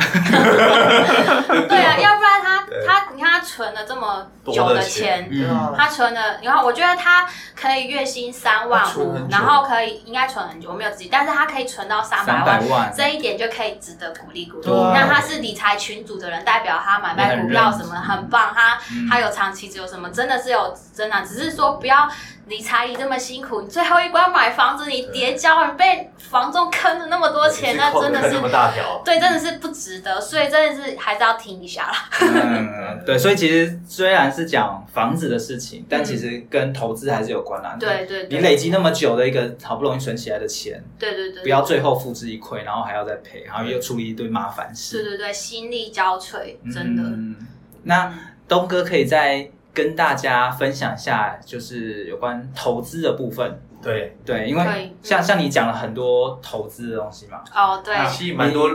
Speaker 3: 对啊，要不然他
Speaker 2: 对
Speaker 3: 他你看他存了这么久
Speaker 2: 多的
Speaker 3: 钱，
Speaker 1: 嗯
Speaker 2: 对啊
Speaker 3: 他存了，然后我觉得他可以月薪三万
Speaker 2: 他存很
Speaker 3: 五，
Speaker 2: 久
Speaker 3: 然后可以应该存很久，我没有仔细，但是他可以存到三百
Speaker 1: 三百
Speaker 3: 万。
Speaker 1: 万，
Speaker 3: 这一点就可以值得鼓励鼓
Speaker 2: 啊
Speaker 3: 励。
Speaker 1: 对
Speaker 3: 那他是理财群组的人，代表他买卖股票什么很棒，他
Speaker 1: 嗯
Speaker 3: 他有长期只有什么，真的是有增长。只是说不要理财理这么辛苦，你最后一关买房子，你叠交，你被房仲坑了那么多钱，那真的
Speaker 2: 看
Speaker 3: 是
Speaker 2: 这么大条，
Speaker 3: 对，真的是不值得，所以真的是还是要听一下啦。
Speaker 1: 嗯，对，所以其实虽然是讲房子的事情，但其实跟投资还是有关啦。，
Speaker 3: 对对
Speaker 1: 你
Speaker 3: 对，
Speaker 1: 累积那么久的一个好不容易存起来的钱，
Speaker 3: 对对对，
Speaker 1: 不要最后付之一愧，然后还要再赔，然后又处理一堆麻烦
Speaker 3: 对
Speaker 1: 事，
Speaker 3: 对对，心力交瘁，真的。
Speaker 1: 嗯那东哥可以再跟大家分享一下，就是有关投资的部分。
Speaker 2: 对，
Speaker 1: 对，因
Speaker 3: 可
Speaker 1: 为
Speaker 3: 以
Speaker 1: 像像你讲了很多投资的东西嘛，
Speaker 3: 哦，对，
Speaker 1: 啊
Speaker 2: 其实蛮多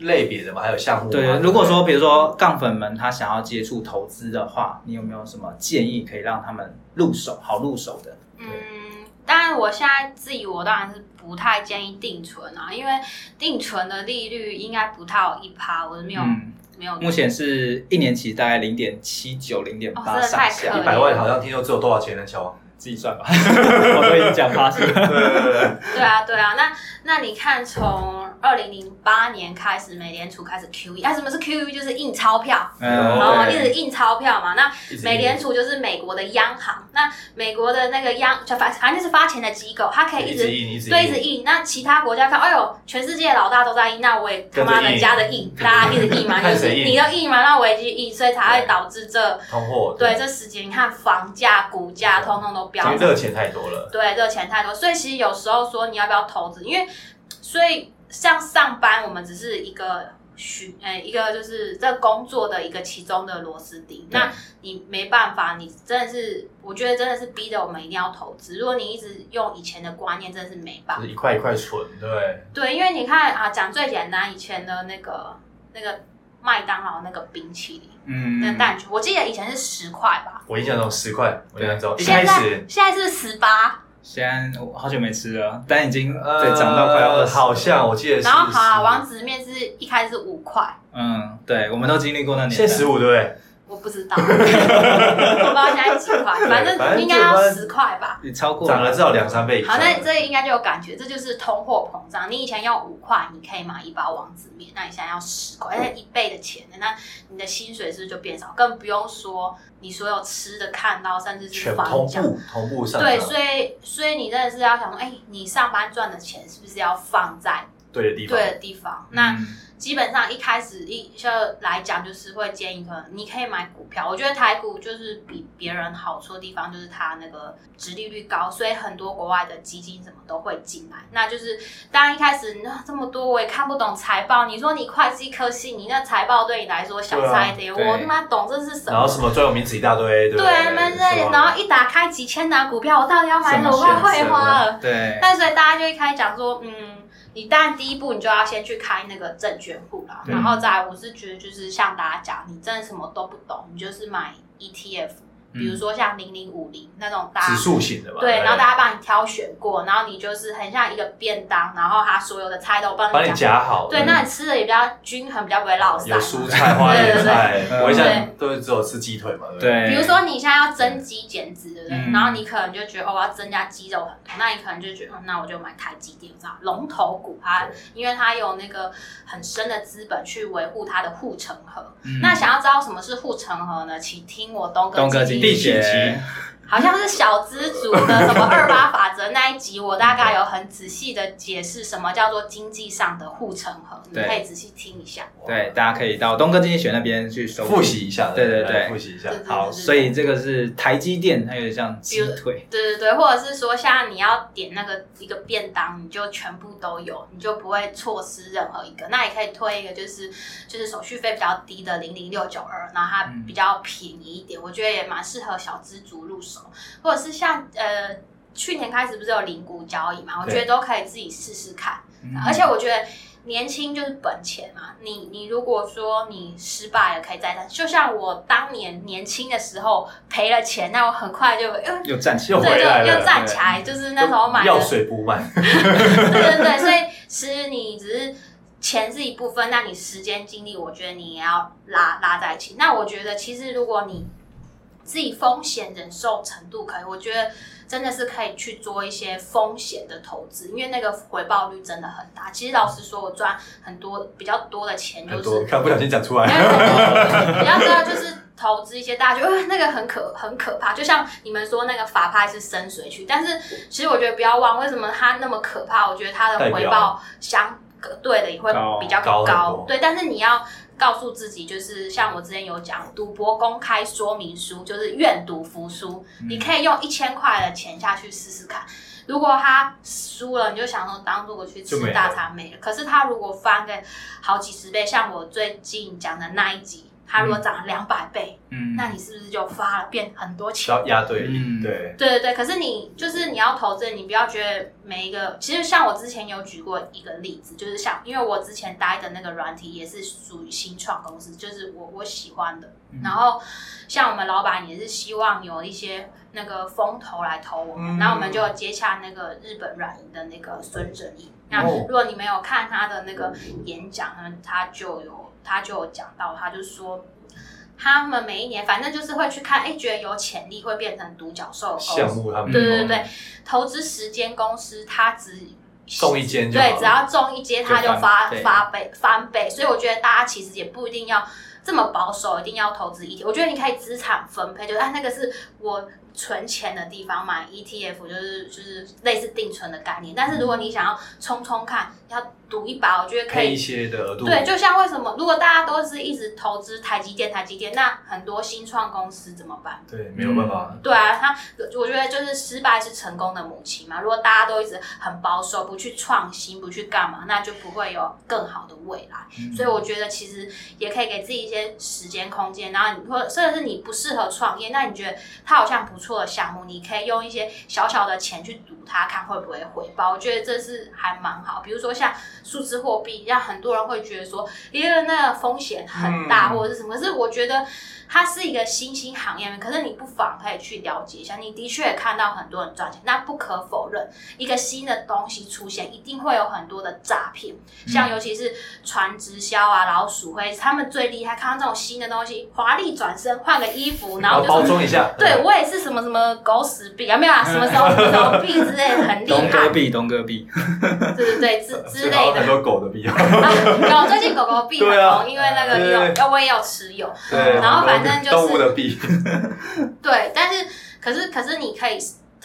Speaker 2: 类别的嘛，还有项目啊嘛。
Speaker 1: 对，如果说比如说杠粉们他想要接触投资的话，你有没有什么建议可以让他们入手好入手的？
Speaker 3: 嗯，当然，我现在自己我当然是不太建议定存啊，因为定存的利率应该不太有一趴，我是没有、
Speaker 1: 嗯，
Speaker 3: 没有。
Speaker 1: 目前是一年期大概零点七九、零点
Speaker 3: 哦
Speaker 1: 八
Speaker 3: 真的太
Speaker 1: 上
Speaker 2: 一
Speaker 3: 可
Speaker 1: 下
Speaker 3: 怜，
Speaker 2: 百万好像听说只有多少钱 呢？乔王，
Speaker 1: 自己算吧，我都已经讲八十。
Speaker 3: 对啊，对啊，那那你看，从二零零八年开始，美联储开始 QE，啊，什么是 QE？就是印钞票，
Speaker 1: 嗯
Speaker 3: 然后一
Speaker 1: 对
Speaker 3: 直印钞票嘛。那
Speaker 2: 一直
Speaker 3: 美联储哦就是美国的央行，那美国的那个央，就反反正就是发钱的机构，它可以一
Speaker 2: 一
Speaker 3: 直
Speaker 2: 直印，一直
Speaker 3: 对，一直印。那其他国家看，哎呦，全世界老大都在印，那我也他妈的加着印，大家一直印嘛，就
Speaker 2: 看
Speaker 3: 是
Speaker 2: 谁印
Speaker 3: 你都印嘛，那我也去印，所以才会导致这
Speaker 2: 通货，
Speaker 3: 对这十几年，你看房价、股价通通都飙
Speaker 2: 因为
Speaker 3: 涨，
Speaker 2: 热钱太多了，
Speaker 3: 对，这个钱太多，所以其实有时候说你要不要投资，因为所以像上班，我们只是一个需呃一个就是这工作的一个其中的螺丝钉。那你没办法，你真的是我觉得真的是逼得我们一定要投资。如果你一直用以前的观念，真的是没办
Speaker 2: 就
Speaker 3: 法。
Speaker 2: 是一块一块存，对，
Speaker 3: 对，因为你看啊，讲最简单，以前的那个那个麦当劳那个冰淇淋。
Speaker 1: 嗯
Speaker 3: 那蛋卷，我记得以前是十块吧，
Speaker 2: 我印象中十块，我印象中一
Speaker 3: 现
Speaker 2: 开
Speaker 3: 在
Speaker 2: 始
Speaker 3: 现在是十八，
Speaker 1: 现在我好久没吃了，但已经
Speaker 2: 呃
Speaker 1: 对涨到快要二十，
Speaker 2: 好像我记得是
Speaker 3: 然后好
Speaker 2: 10
Speaker 3: 啊，王子面是一开始是五块，
Speaker 1: 嗯，对，我们都经历过那年代
Speaker 2: 现在十五对不对？
Speaker 3: 我不知道，我不知道现在几块，反正应该要十块吧。
Speaker 1: 也超过
Speaker 2: 涨了至少两三倍以上。
Speaker 3: 好，那这应该就有感觉，这就是通货膨胀。你以前要五块，你可以买一包王子面，那你现在要十块，那一倍的钱，那你的薪水是不是就变少？更不用说你所有吃的、看到，甚至是
Speaker 2: 全
Speaker 3: 房
Speaker 2: 同
Speaker 3: 价，
Speaker 2: 步同步上涨，
Speaker 3: 对，所以所以你真的是要想说，哎、你上班赚的钱是不是要放在
Speaker 2: 对的地方，
Speaker 3: 对的地方？那
Speaker 1: 嗯
Speaker 3: 基本上一开始一就来讲，就是会建议可能你可以买股票。我觉得台股就是比别人好处的地方，就是它那个殖利率高，所以很多国外的基金什么都会进来。那就是当然一开始那这么多我也看不懂财报，你说你会计科系，你那财报对你来说小菜一碟，
Speaker 1: 对啊
Speaker 3: 我
Speaker 1: 对
Speaker 3: 他妈懂这是什
Speaker 2: 然后
Speaker 3: 么？
Speaker 2: 什么专有名词一大堆，对不
Speaker 3: 对
Speaker 2: 对？
Speaker 3: 啊，那
Speaker 2: 什
Speaker 3: 那
Speaker 2: 么
Speaker 3: 然后一打开几千档股票，我到底要买什么？我会花了。
Speaker 1: 对，
Speaker 3: 但所以大家就一开始讲说，嗯，你当然第一步你就要先去开那个证券户啦，
Speaker 1: 对
Speaker 3: 然后再来我是觉得就是像大家讲，你真的什么都不懂，你就是买 ETF，比
Speaker 1: 嗯
Speaker 3: 如说像零零五零那种大
Speaker 2: 嗯指
Speaker 3: 家。
Speaker 2: 数啊型的嘛，
Speaker 3: 对，然后
Speaker 2: 家
Speaker 3: 大家帮你挑选过，然后你就是很像一个便当，然后它所有的菜都帮
Speaker 2: 帮你
Speaker 3: 夹。
Speaker 2: 夹好，
Speaker 3: 对，那你吃的也比较均衡，比较不会落散。
Speaker 2: 有蔬菜、花椰菜
Speaker 1: 对对，对
Speaker 2: 我印象都是只有吃鸡腿嘛，对不对？
Speaker 1: 嗯对，
Speaker 3: 比如说你现在要增肌减脂，对不对？
Speaker 1: 嗯
Speaker 3: 然后你可能就觉得哦，我要增加肌肉很多，那你可能就觉得，嗯，那我就买台积电这样龙头股，它
Speaker 2: 对
Speaker 3: 因为它有那个很深的资本去维护它的护城河。
Speaker 1: 嗯
Speaker 3: 那想要知道什么是护城河呢？请听我东
Speaker 1: 东
Speaker 3: 哥
Speaker 1: 哥经
Speaker 2: 济
Speaker 3: 经济
Speaker 2: 第
Speaker 1: 济学
Speaker 2: 几集
Speaker 3: 好像是小资族的什么二八法则那一集，我大概有很仔细的解释什么叫做经济上的护城河，你
Speaker 1: 对
Speaker 3: 可以仔细听一下。
Speaker 1: 对，大家可以到东哥经济学那边去搜
Speaker 2: 复。习一下，
Speaker 1: 对对
Speaker 2: 不
Speaker 1: 对
Speaker 2: 复习一下
Speaker 3: 对。对
Speaker 1: 好，
Speaker 3: 对对
Speaker 1: 所以这个是台积电，它有点像鸡腿，
Speaker 3: 对对对，或者是说，像你要点那个一个便当，你就全部都有，你就不会错失任何一个。那也可以推一个，就是就是手续费比较低的零零六九二，然后它比较便宜一点，我觉得也蛮适合小资族入手，或者是像呃去年开始不是有零股交易嘛，我觉得都可以自己试试看。
Speaker 1: 嗯
Speaker 3: 而且我觉得年轻就是本钱嘛。你你如果说你失败了，可以再战。就像我当年年轻的时候赔了钱，那我很快就呃
Speaker 1: 又站起
Speaker 2: 又
Speaker 1: 来，
Speaker 2: 回
Speaker 3: 对，
Speaker 2: 来
Speaker 3: 就
Speaker 2: 了
Speaker 3: 又站起来，就是那时候买的，
Speaker 2: 药
Speaker 3: 对
Speaker 2: 水不卖，
Speaker 3: 对对，所以其实你只是钱是一部分，那你时间精力，我觉得你也要拉拉在一起。那我觉得其实如果你自己风险忍受程度可以，我觉得真的是可以去做一些风险的投资，因为那个回报率真的很大。其实老实说，我赚很多比较多的钱就
Speaker 2: 很
Speaker 3: 是
Speaker 2: 多看不小心讲出
Speaker 3: 没
Speaker 2: 来，
Speaker 3: 有没有没有你要知道，就是投资一些大家觉得、呃、那个很可很可怕，就像你们说那个法拍是深水区，但是其实我觉得不要忘为什么它那么可怕，我觉得它的回报相对的也会比较
Speaker 2: 高
Speaker 3: 高，
Speaker 2: 高很多
Speaker 3: 对，但是你要。告诉自己，就是像我之前有讲，赌博公开说明书就是愿赌服输，你可以用一千块的钱下去试试看。如果他输了，你就想说当做我去
Speaker 2: 就没
Speaker 3: 吃
Speaker 2: 了
Speaker 3: 大餐没了。可是他如果翻个好几十倍，像我最近讲的那一集，它如果涨了两百倍，
Speaker 1: 嗯
Speaker 3: 那你是不是就发了变很多
Speaker 2: 只
Speaker 3: 钱？
Speaker 2: 要压对
Speaker 1: 嗯
Speaker 2: 对，
Speaker 3: 对对对，可是你就是你要投资，你不要觉得每一个，其实像我之前有举过一个例子，就是像因为我之前待的那个软体也是属于新创公司，就是我我喜欢的，
Speaker 2: 嗯
Speaker 3: 然后像我们老板也是希望有一些那个风投来投我们，
Speaker 2: 嗯
Speaker 3: 然后我们就接洽那个日本软银的那个孙正义。那
Speaker 2: 哦
Speaker 3: 如果你没有看他的那个演讲呢，他就有他就有讲到，他就说。他们每一年反正就是会去看，哎、觉得有潜力会变成独角兽的公司
Speaker 2: 项目他们
Speaker 3: 哦对对对，投资时间公司它只
Speaker 2: 送一间就好
Speaker 3: 对，只要中一阶它就发
Speaker 1: 就翻倍
Speaker 3: 发倍翻倍，所以我觉得大家其实也不一定要这么保守，一定要投资 E ETF。我觉得你可以资产分配，就是啊，那个是我存钱的地方 E 买 ETF，就是就是类似定存的概念。但是如果你想要冲冲看，要读一把，我觉得可
Speaker 2: 配一
Speaker 3: 以
Speaker 2: 些的额度，
Speaker 3: 对，就像为什么如果大家都是一直投资台积电、台积电，那很多新创公司怎么办？
Speaker 2: 对，没有办法，
Speaker 3: 对啊，他我觉得就是失败是成功的母亲嘛。如果大家都一直很保守，不去创新，不去干嘛，那就不会有更好的未来。所以我觉得其实也可以给自己一些时间空间，然后你或甚至是你不适合创业，那你觉得它好像不错的项目，你可以用一些小小的钱去赌它，看会不会回报。我觉得这是还蛮好。比如说像数字货币，让很多人会觉得说，因为那个风险很大
Speaker 2: 嗯
Speaker 3: 或者是什么，可是我觉得。它是一个新兴行业，可是你不妨可以去了解一下。你的确也看到很多人赚钱，那不可否认，一个新的东西出现，一定会有很多的诈骗。
Speaker 2: 嗯
Speaker 3: 像尤其是传直销啊、老鼠会，他们最厉害，看到这种新的东西，华丽转身换个衣服，然后
Speaker 2: 要嗯包
Speaker 3: 就说。
Speaker 2: 装一下，嗯
Speaker 3: 对，我也是什么什么狗屎病啊，没有啊，什么什么什么病之类的，很厉
Speaker 1: 嗯东
Speaker 3: 害
Speaker 1: 哥，币，东哥币，
Speaker 3: 对对对之
Speaker 2: 所
Speaker 3: 之
Speaker 2: 以好 像
Speaker 3: 类
Speaker 2: 很
Speaker 3: 的。
Speaker 2: 多狗的必要，
Speaker 3: 然后最近狗狗病很
Speaker 2: 对啊
Speaker 3: 红，因为那个
Speaker 2: 对
Speaker 3: 有，我也有持有，
Speaker 2: 对，
Speaker 3: 然后反正就是
Speaker 2: 动物的必，
Speaker 3: 对，但是可是可是你可以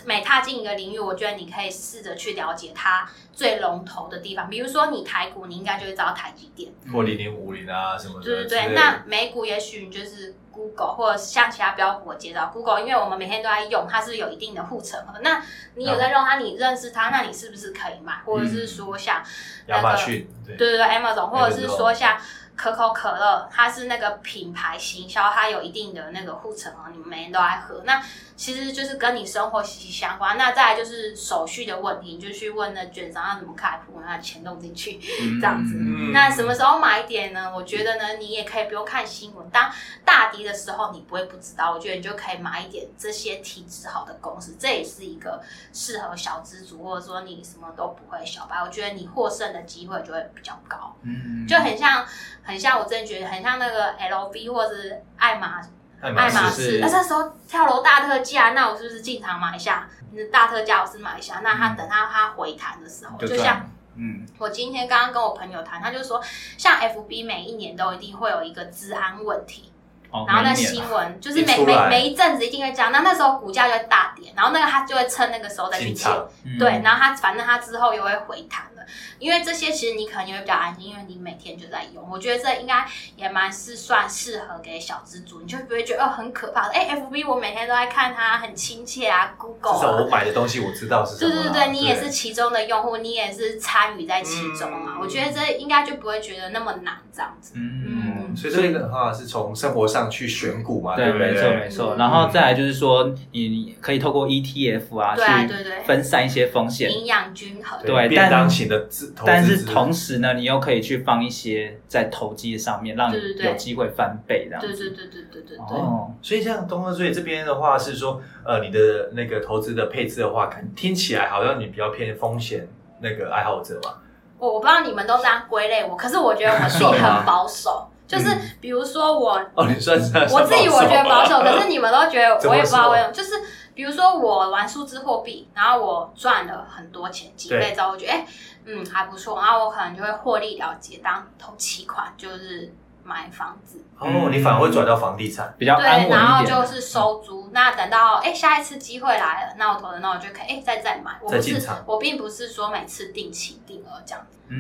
Speaker 3: 每踏进一个领域，我觉得你可以试着去了解它最龙头的地方，比如说你台股，你应该就会知道台积电。
Speaker 2: 或零零五零啊什么的之
Speaker 3: 嗯对
Speaker 2: 类
Speaker 3: 对
Speaker 2: 的，
Speaker 3: 对，那美股也许你就是 Google 或者像其他标股我介绍 Google，因为我们每天都在用，它是有一定的护城河。那你
Speaker 2: 嗯
Speaker 3: 有在用它，你认识它，那你是不是可以买？或者是说像那
Speaker 2: 亚
Speaker 3: 个
Speaker 2: 马逊，对
Speaker 3: 对对对，Amazon，或者是
Speaker 2: Amazon
Speaker 3: 说像可口可乐，它是那个品牌行销，它有一定的那个护城河，你们每天都爱喝。那其实就是跟你生活息息相关。那再来就是手续的问题，你就去问那卷商要怎么开户，然后钱弄进去这样子。
Speaker 2: 嗯
Speaker 3: 那什么时候买点呢？我觉得呢，你也可以不用看新闻，当大跌的时候你不会不知道，我觉得你就可以买一点这些体质好的公司，这也是一个适合小资族，或者说你什么都不会小白，我觉得你获胜的机会就会比较高，
Speaker 1: 嗯
Speaker 3: 就很像很像我真的觉得很像那个 LV 或是爱马
Speaker 2: 爱
Speaker 3: 爱马
Speaker 2: 马
Speaker 3: 仕哎
Speaker 1: 是，
Speaker 3: 那这时候跳楼大特价，那我是不是进场买一下？大特价我是买一下，那它等到它回弹的时候，就像。
Speaker 1: 嗯
Speaker 3: 我今天刚刚跟我朋友谈，他就说，像 FB 每一年都一定会有一个治安问题，
Speaker 1: 哦，
Speaker 3: 然后那
Speaker 1: 每一年
Speaker 3: 新
Speaker 1: 啊
Speaker 3: 闻就是
Speaker 2: 一
Speaker 3: 每
Speaker 2: 出
Speaker 3: 每
Speaker 2: 来
Speaker 3: 每一阵子一定会这样，那那时候股价就会大跌，然后那个他就会趁那个时候再去
Speaker 2: 进
Speaker 3: 切
Speaker 2: 场，
Speaker 1: 嗯
Speaker 3: 对，然后他反正他之后又会回弹了，因为这些其实你可能也会比较安心，因为你每天就在用，我觉得这应该也蛮是算适合给小资族，你就不会觉得哦很可怕，哎，FB 我每天都在看它，很亲切啊，Google
Speaker 2: 至少
Speaker 3: 啊
Speaker 2: 我买的东西我知道是什
Speaker 3: 对
Speaker 2: 么啊
Speaker 3: 对
Speaker 2: 啦，
Speaker 3: 对，你也是其中的用户，你也是参与在其中啊。
Speaker 2: 嗯
Speaker 3: 我觉得这应该就不会觉得那么难这样子。
Speaker 1: 嗯。
Speaker 2: 嗯，所以这个的话是从生活上去选股嘛，
Speaker 1: 对，
Speaker 2: 不
Speaker 1: 没错没错。
Speaker 3: 嗯
Speaker 1: 然后再来就是说，你你可以透过 ETF 啊，
Speaker 3: 对啊
Speaker 1: 去
Speaker 3: 对对
Speaker 1: 分散一些风险，
Speaker 3: 营养均衡，
Speaker 1: 对但
Speaker 2: 便当型的自投资
Speaker 1: 但是
Speaker 2: 之
Speaker 1: 同时呢，你又可以去放一些在投机上面，让你
Speaker 3: 对对对
Speaker 1: 有机会翻倍这
Speaker 2: 啊
Speaker 1: 样
Speaker 3: 对
Speaker 1: 子。
Speaker 3: 对对对对对对。
Speaker 1: 哦，
Speaker 2: 所以像东哥，所以这边的话是说，呃，你的那个投资的配置的话，可能听起来好像你比较偏风险那个爱好者嘛。
Speaker 3: 我我不知道你们都这样归类我，可是我觉得 我自己很保守，就是比如说我
Speaker 2: 哦，你嗯 算是
Speaker 3: 我自己我觉得保守，可是你们都觉 得
Speaker 2: 怎么
Speaker 3: 我也不知道
Speaker 2: 说
Speaker 3: 为什么，就是比如说我玩数字货币，然后我赚了很多钱，几倍
Speaker 2: 对
Speaker 3: 之后我觉得哎、嗯还不错，然后我可能就会获利了结，当投期款就是买房子，
Speaker 2: 哦，你反而会转到房地产，
Speaker 1: 比较安稳
Speaker 3: 对，然后
Speaker 1: 一点。
Speaker 3: 就是收租。那等到哎、下一次机会来了，那我投了，那我就可以哎、再再买。我不
Speaker 2: 再进
Speaker 3: 是
Speaker 2: 场
Speaker 3: 我并不是说每次定期定额这样子，
Speaker 1: 嗯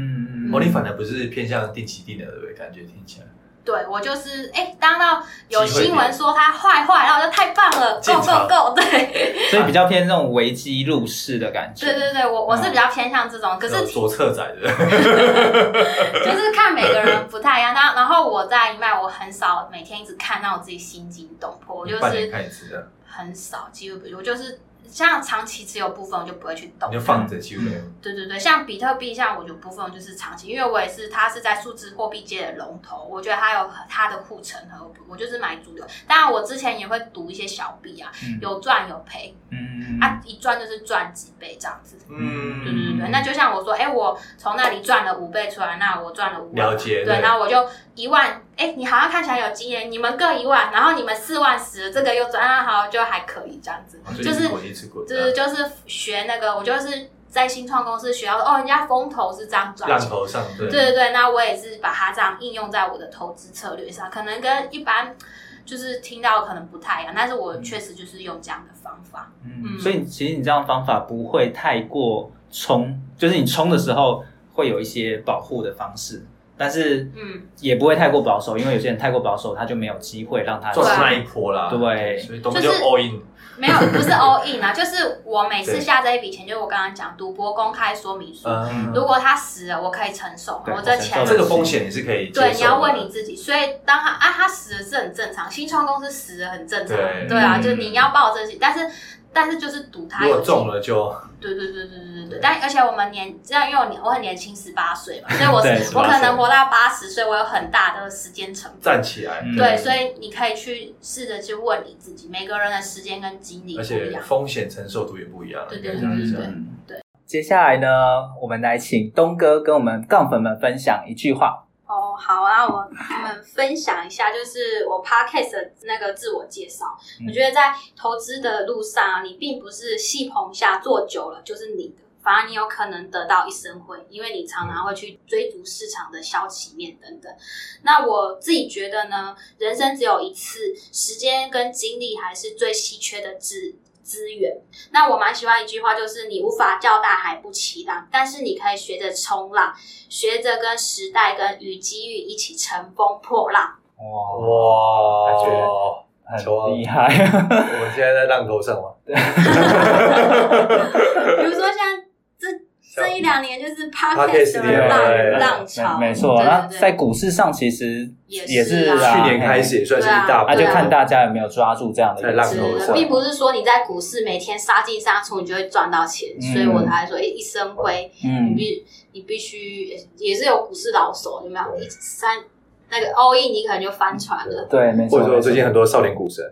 Speaker 1: 嗯
Speaker 2: 哦，
Speaker 1: 嗯
Speaker 2: 你反而不是偏向定期定额，对不对？感觉听起来
Speaker 3: 对我就是哎、当到有
Speaker 2: 机会点
Speaker 3: 新闻说它坏坏，然后我就太棒了
Speaker 2: 进
Speaker 3: ，go
Speaker 2: 场
Speaker 3: go go，对
Speaker 1: 所以比较偏这种危机入市的感觉。
Speaker 3: 对对对，我我是比较偏向这种，可是
Speaker 2: 有呃左侧窄的，
Speaker 3: 就是看每个人不太一样。那然后我在一麦，我很少每天一直看到我自己心惊动魄，我就
Speaker 2: 半年
Speaker 3: 是
Speaker 2: 看一次的，
Speaker 3: 很少，几乎不我就是像长期持有部分，我就不会去动
Speaker 2: 你就。放着几乎没有。
Speaker 3: 对对对，像比特币，像我就部分就是长期，因为我也是它是在数字货币界的龙头，我觉得它有它的护城河，我就是买主流。当然，我之前也会赌一些小币啊，
Speaker 1: 嗯
Speaker 3: 有赚有赔
Speaker 1: 嗯，嗯
Speaker 3: 啊，一赚就是赚几倍这样子。
Speaker 2: 嗯，
Speaker 3: 对对对，那就像我说，哎，我从那里赚了五倍出来，那我赚了五万嘛，
Speaker 2: 嗯了解
Speaker 3: 对，
Speaker 2: 对
Speaker 3: 然后我就一万，哎，你好像看起来有经验，你们各一万，然后你们四万十，这个又赚，啊好，就还可以这样子
Speaker 2: 哦，所以
Speaker 3: 就
Speaker 2: 一直
Speaker 3: 是
Speaker 2: 滚一直滚，
Speaker 3: 就是就是学那个，我就是在新创公司学到的哦，人家风投是这样赚
Speaker 2: 浪
Speaker 3: 钱。
Speaker 2: 头上对
Speaker 3: 对对对，那我也是把它这样应用在我的投资策略上，可能跟一般就是听到可能不太一样，但是我确实就是用这样的方法。
Speaker 1: 嗯所以其实你这样方法不会太过冲，就是你冲的时候
Speaker 7: 会有一些保护的方式，但是
Speaker 3: 嗯，
Speaker 7: 也不会太过保守，因为有些人太过保守，他就没有机会让他
Speaker 2: 做
Speaker 3: 对
Speaker 2: 啊
Speaker 3: 啊
Speaker 2: 那一波啦，
Speaker 7: 对
Speaker 2: 所以我们
Speaker 3: 就
Speaker 2: 就是 all in，
Speaker 3: 没有，不是 all in 啊，就是我每次
Speaker 2: 对
Speaker 3: 下这一笔钱，就是我刚刚讲赌博公开说明书，
Speaker 2: 嗯
Speaker 3: 如果他死了，我可以承受，
Speaker 7: 对
Speaker 3: 我这
Speaker 7: 我
Speaker 3: 钱
Speaker 7: 承受
Speaker 2: 这个风险你是可以接受的
Speaker 3: 对，你要问你自己。所以当他啊，他死了是很正常，新创公司死了很正常，
Speaker 2: 对
Speaker 3: 对啊，
Speaker 7: 嗯
Speaker 3: 就你要抱着自己，但是但是就是赌他
Speaker 2: 如果
Speaker 3: 有
Speaker 2: 中了就
Speaker 3: 对对对对对对，但而且我们年，这样因为我年我很年轻，十八岁 嘛，所以我
Speaker 7: 对
Speaker 3: 是我可
Speaker 2: 18岁
Speaker 3: 能活到八十岁，我有很大的时间成本。
Speaker 2: 站起来，
Speaker 7: 嗯
Speaker 3: 对，所以你可以去试着去问你自己，每个人的时间跟精力
Speaker 2: 而
Speaker 3: 不一
Speaker 2: 且
Speaker 3: 样。
Speaker 2: 风险承受度也不一样，
Speaker 3: 对对
Speaker 2: 应该这样讲
Speaker 3: 对
Speaker 7: 嗯
Speaker 3: 对。
Speaker 4: 接下来呢，我们来请东哥跟我们杠粉们分享一句话。
Speaker 3: 哦，好，那我们分享一下，就是我 podcast 的那个自我介绍。
Speaker 7: 嗯
Speaker 3: 我觉得在投资的路上啊，你并不是戏棚下坐久了就是你的，反而你有可能得到一身灰，因为你常常会去追逐市场的消息面等等。那我自己觉得呢，人生只有一次，时间跟精力还是最稀缺的资资源。那我蛮喜欢一句话，就是你无法叫大海不起浪，但是你可以学着冲浪。学着跟时代跟与机遇一起乘风破浪。
Speaker 4: 哇，感觉
Speaker 2: 哇，
Speaker 4: 很厉害！
Speaker 2: 我们现在在浪头上啊嘛，
Speaker 3: 比如说像这这一两年就是 podcast
Speaker 2: 对
Speaker 3: 的浪
Speaker 2: 对
Speaker 3: 浪潮，
Speaker 4: 没没错。
Speaker 3: 对对
Speaker 4: 那
Speaker 3: 对
Speaker 4: 在股市上其实
Speaker 3: 也
Speaker 4: 也
Speaker 3: 是
Speaker 4: 是
Speaker 3: 啊
Speaker 4: 啊
Speaker 2: 去年开始也算是一大
Speaker 4: 那
Speaker 2: 波，
Speaker 3: 啊
Speaker 4: 就看大家有没有抓住这样的一个
Speaker 2: 在浪
Speaker 4: 机
Speaker 3: 是
Speaker 2: 头
Speaker 4: 会
Speaker 2: 上
Speaker 3: 并不是说你在股市每天杀进杀出，你就会赚到钱，
Speaker 4: 嗯
Speaker 3: 所以我才说一一身灰，你
Speaker 4: 嗯，
Speaker 3: 必你必须也是有股市老手，有没有？一三那个 all in，你可能就翻船了。
Speaker 4: 对，没错。
Speaker 2: 或者说最近
Speaker 4: 没
Speaker 2: 很多少年股神，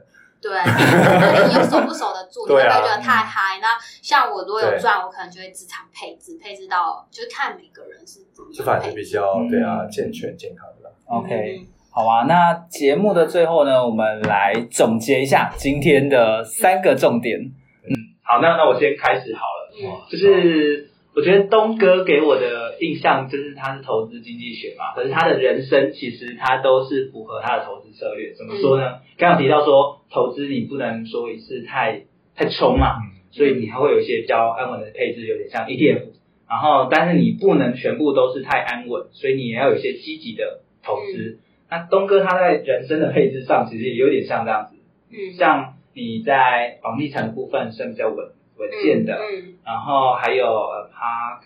Speaker 3: 对，对你又守不守得住，你会
Speaker 2: 对
Speaker 3: 不
Speaker 2: 啊
Speaker 3: 会觉得太嗨？那像我如果有
Speaker 2: 对
Speaker 3: 赚，我可能就会资产配置，配置到就是看每个人是怎么
Speaker 2: 这
Speaker 3: 样
Speaker 2: 反而
Speaker 3: 配
Speaker 2: 比
Speaker 3: 置。
Speaker 2: 较
Speaker 4: 嗯
Speaker 2: 对啊健全健康的啦。
Speaker 4: 错 OK，好
Speaker 3: 嗯
Speaker 4: 啊。那节目的最后呢，我们来总结一下今天的三个重点。嗯
Speaker 1: 好，那那我先开始好了，
Speaker 3: 嗯嗯，
Speaker 1: 就是我觉得东哥给我的印象就是他是投资经济学嘛，可是他的人生其实他都是符合他的投资策略。怎么说呢？刚刚有提到说投资你不能说一次太太冲嘛，所以你还会有一些比较安稳的配置，有点像 ETF。然后，但是你不能全部都是太安稳，所以你也要有一些积极的投资。那东哥他在人生的配置上，其实也有点像这样子，
Speaker 3: 嗯，
Speaker 1: 像你在房地产的部分算比较稳稳健的，
Speaker 3: 嗯，
Speaker 1: 然后还有呃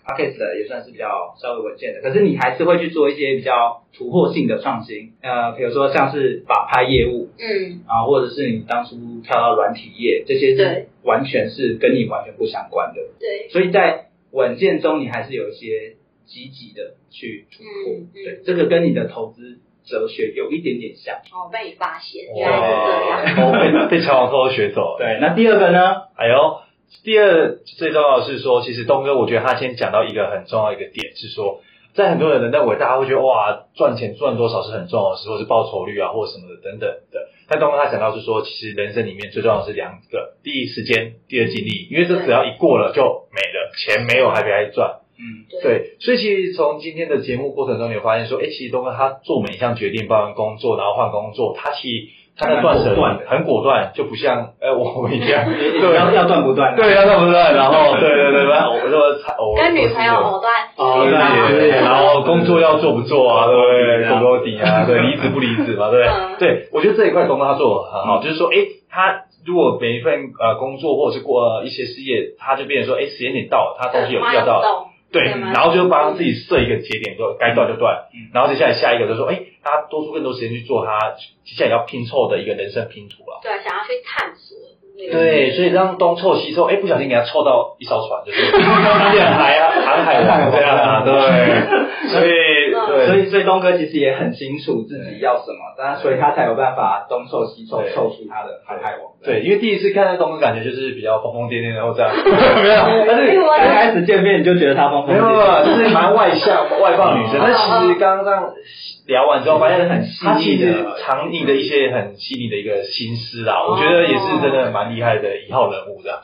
Speaker 1: p o c k e t 的也算是比较稍微稳健的，可是你还是会去做一些比较突破性的创新，呃，比如说像是法拍业务
Speaker 3: 嗯，
Speaker 1: 啊，或者是你当初跳到软体业，这些
Speaker 3: 对
Speaker 1: 是完全是跟你完全不相关的，
Speaker 3: 对，
Speaker 1: 所以在稳健中你还是有一些积极的去突破，
Speaker 3: 嗯
Speaker 1: 对
Speaker 3: 嗯，，
Speaker 1: 这个跟你的投资哲学有一点点像。
Speaker 3: 哦，被你发现，原来是这样。
Speaker 2: 偷被被乔王偷偷学走了。
Speaker 1: 对，那第二个呢？
Speaker 2: 哎呦，第二最重要的是说，其实东哥，我觉得他先讲到一个很重要的一个点是说，在很多人的认为，大家会觉得哇，赚钱赚多少是很重要的事，或是报酬率啊，或者什么的等等的。但东哥他讲到是说，其实人生里面最重要的是两个，第一时间，第二精力，因为这只要一过了就没了，钱没有还别来赚。
Speaker 1: 嗯，
Speaker 2: 对，所以其实从今天的节目过程中，你会发现说，哎，其实东哥他做每一项决定，包含工作，然后换工作，他其实他的断
Speaker 1: 还蛮
Speaker 2: 舍
Speaker 1: 果断
Speaker 2: 离
Speaker 1: 的
Speaker 2: 很果断，就不像呃我们一 样，对，
Speaker 1: 要要断不断啊。
Speaker 2: 对，要断不断，然后对对对，然后我说我
Speaker 8: 跟女朋友
Speaker 2: 我
Speaker 8: 藕断
Speaker 2: 哦，
Speaker 8: 丝连
Speaker 2: 对对，然后工作要做不 做啊，对不对？够不够底啊？对，离职不离职嘛，对不
Speaker 3: 嗯
Speaker 2: 对？对，我觉得这一块工作他做的很好，就是说，哎，他如果每一份呃工作或者是过呃一些事业，他就变成说，哎，时间点到了，他东西有要到了，
Speaker 3: 动，
Speaker 2: 对，
Speaker 3: 对吗
Speaker 2: 然后就帮自己设一个节点，说该断就断，然后接下来下一个就说，哎，他多出更多时间去做他接下来要拼凑的一个人生拼图了。
Speaker 3: 对，想要去探索。嗯
Speaker 2: 对，所以让东凑西凑，哎，不小心给他凑到一艘船，就是变海啊，航海王这样啊，对，所以对，
Speaker 1: 所以所以东哥其实也很清楚自己要什么，但所以他才有办法东凑西凑
Speaker 2: 对
Speaker 1: 凑出他的航海王。
Speaker 2: 对，因为第一次看到东哥，感觉就是比较疯疯癫癫的，或这样， 没有，但是
Speaker 1: 一开始见面你就觉得他疯疯
Speaker 2: 没有，没
Speaker 1: 癫
Speaker 2: 啊
Speaker 1: 癫，
Speaker 2: 有，就是蛮外向、外放的女
Speaker 1: 嗯
Speaker 2: 生。但其实刚刚这样聊完之后，发现
Speaker 1: 很细
Speaker 2: 她其
Speaker 1: 腻的哦
Speaker 2: 实藏匿的一些很细腻的一个心思啦。我觉得也是真的蛮蛮厉害的一号人 物这样，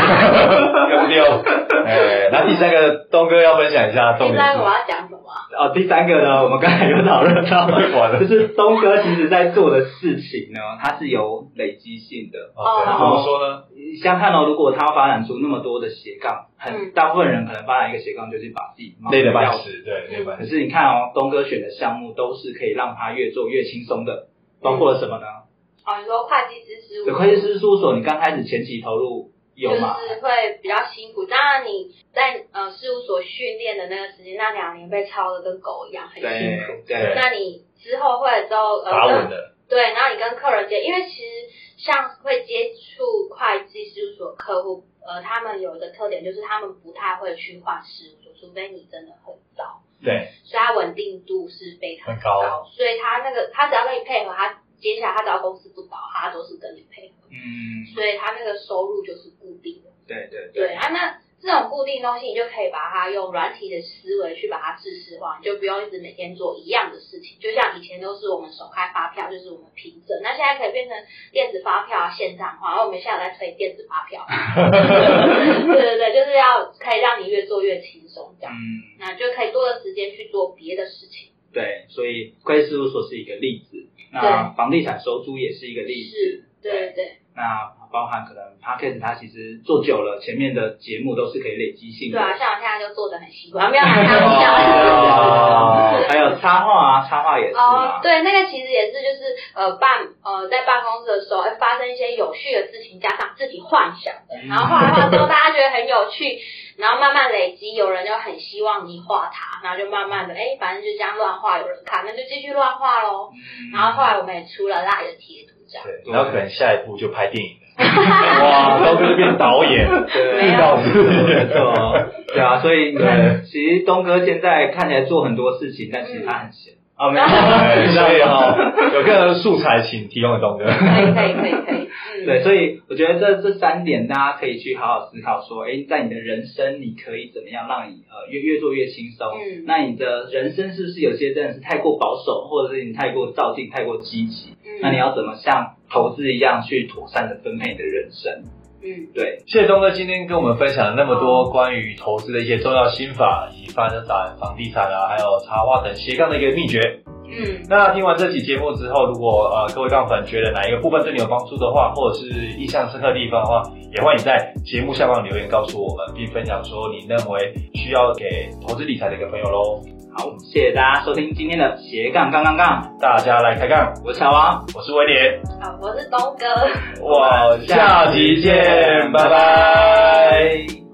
Speaker 2: 对不对？哎，那第三个东哥要分享一下重
Speaker 3: 现
Speaker 2: 点
Speaker 3: 在
Speaker 2: 是
Speaker 3: 我要讲什么啊？
Speaker 1: 哦，第三个呢，我们刚才有讨论 到，
Speaker 2: 完了
Speaker 1: 就是东哥其实在做的事情呢，它是有累积性的。
Speaker 2: 哦，对
Speaker 3: 哦
Speaker 2: 怎么说呢？
Speaker 1: 想看哦，如果他发展出那么多的斜杠，
Speaker 3: 嗯
Speaker 1: 很大部分人可能发展一个斜杠就是把自己忙
Speaker 2: 累得
Speaker 1: 要
Speaker 2: 半
Speaker 1: 死。
Speaker 2: 死，对，累得半
Speaker 1: 可
Speaker 2: 死。
Speaker 1: 是你看哦，东哥选的项目都是可以让他越做越轻松的，包括了什么呢？
Speaker 3: 哦，你说会计师事务
Speaker 1: 对，
Speaker 3: 所，
Speaker 1: 会计师事务所，你刚开始前期投入有
Speaker 3: 就
Speaker 1: 嘛？
Speaker 3: 是会比较辛苦。当然你在呃事务所训练的那个时间，那两年被操的跟狗一样，很辛
Speaker 1: 对
Speaker 3: 苦。
Speaker 1: 对，
Speaker 3: 那你之后会之后
Speaker 1: 嗯
Speaker 3: 呃
Speaker 2: 打
Speaker 3: 跟
Speaker 2: 稳了，
Speaker 3: 对，然后你跟客人接，因为其实像会接触会计事务所客户，呃，他们有一个特点就是他们不太会去换事务所，除非你真的很糟，
Speaker 2: 对，
Speaker 3: 所以它稳定度是非常
Speaker 2: 很高
Speaker 3: 高，所以他那个他只要跟你配合，他接下来他只要公司不倒，他都是跟你配合，
Speaker 1: 嗯，
Speaker 3: 所以他那个收入就是固定的。
Speaker 1: 对对
Speaker 3: 对啊，那这种固定东西，你就可以把它用软体的思维去把它制式化，你就不用一直每天做一样的事情。就像以前都是我们手开发票，就是我们凭证，那现在可以变成电子发票啊线上化，然后我们现在有在推电子 发票，对对对，就是要可以让你越做越轻松这样，
Speaker 1: 嗯。
Speaker 3: 那就可以多的时间去做别的事情。
Speaker 1: 对，所以会计事务所是一个例子，那房地产收租也是一个例子
Speaker 3: 是，对对对，
Speaker 1: 那包含可能 p a c k a g e 它其实做久了，前面的节目都是可以累积性的。
Speaker 3: 对啊，像我现在就做的很习惯，没有 拿开玩 笑。
Speaker 1: 哦 还有插画啊，插画也是
Speaker 3: 哦
Speaker 1: 啊，。
Speaker 3: 对，那个其实也是就是呃办呃在办公室的时候，会发生一些有趣的事情，加上自己幻想的，
Speaker 1: 嗯
Speaker 3: 然后画来画之后，大家觉得很有趣，然后慢慢累积，有人就很希望你画它，然后就慢慢的，哎，反正就这样乱画，有人看，那就继续乱画喽。
Speaker 1: 嗯
Speaker 3: 然后后来我们也出了赖的贴图，这样。
Speaker 2: 对，然后可能下一步就拍电影了，哇，东哥就变导演，
Speaker 1: 对啊
Speaker 3: 啊
Speaker 2: 遇到
Speaker 1: 没错， 对啊，所以你看，其实东哥现在看起来做很多事情，但其实他很闲。哦， 没有，
Speaker 2: 对，所以
Speaker 1: 对
Speaker 2: 哈，有个人素材请提供给东哥。
Speaker 3: 可以可以可以可以，嗯，
Speaker 1: 对，所以我觉得这这三点大家可以去好好思考，说，哎，在你的人生你可以怎么样让你呃越越做越轻松？
Speaker 3: 嗯
Speaker 1: 那你的人生是不是有些真的是太过保守，或者是你太过照进、太过积极？
Speaker 3: 嗯
Speaker 1: 那你要怎么像投资一样去妥善的分配你的人生？
Speaker 3: 嗯，
Speaker 1: 对，
Speaker 2: 谢谢东哥今天跟我们分享了那么多关于投资的一些重要心法，以及房地产、房地产啊，还有茶花等斜杠的一个秘诀。
Speaker 3: 嗯
Speaker 2: 那听完这期节目之后，如果呃各位杠粉觉得哪一个部分对你有帮助的话，或者是印象深刻的地方的话，也欢迎在节目下方留言告诉我们，并分享说你认为需要给投资理财的一个朋友喽。
Speaker 1: 好，谢谢大家收听今天的斜杠杠杠杠，
Speaker 2: 大家来开杠，
Speaker 1: 我是小王，
Speaker 2: 我是威廉，
Speaker 3: 好，我是东哥。
Speaker 2: 哇，下集见，拜拜。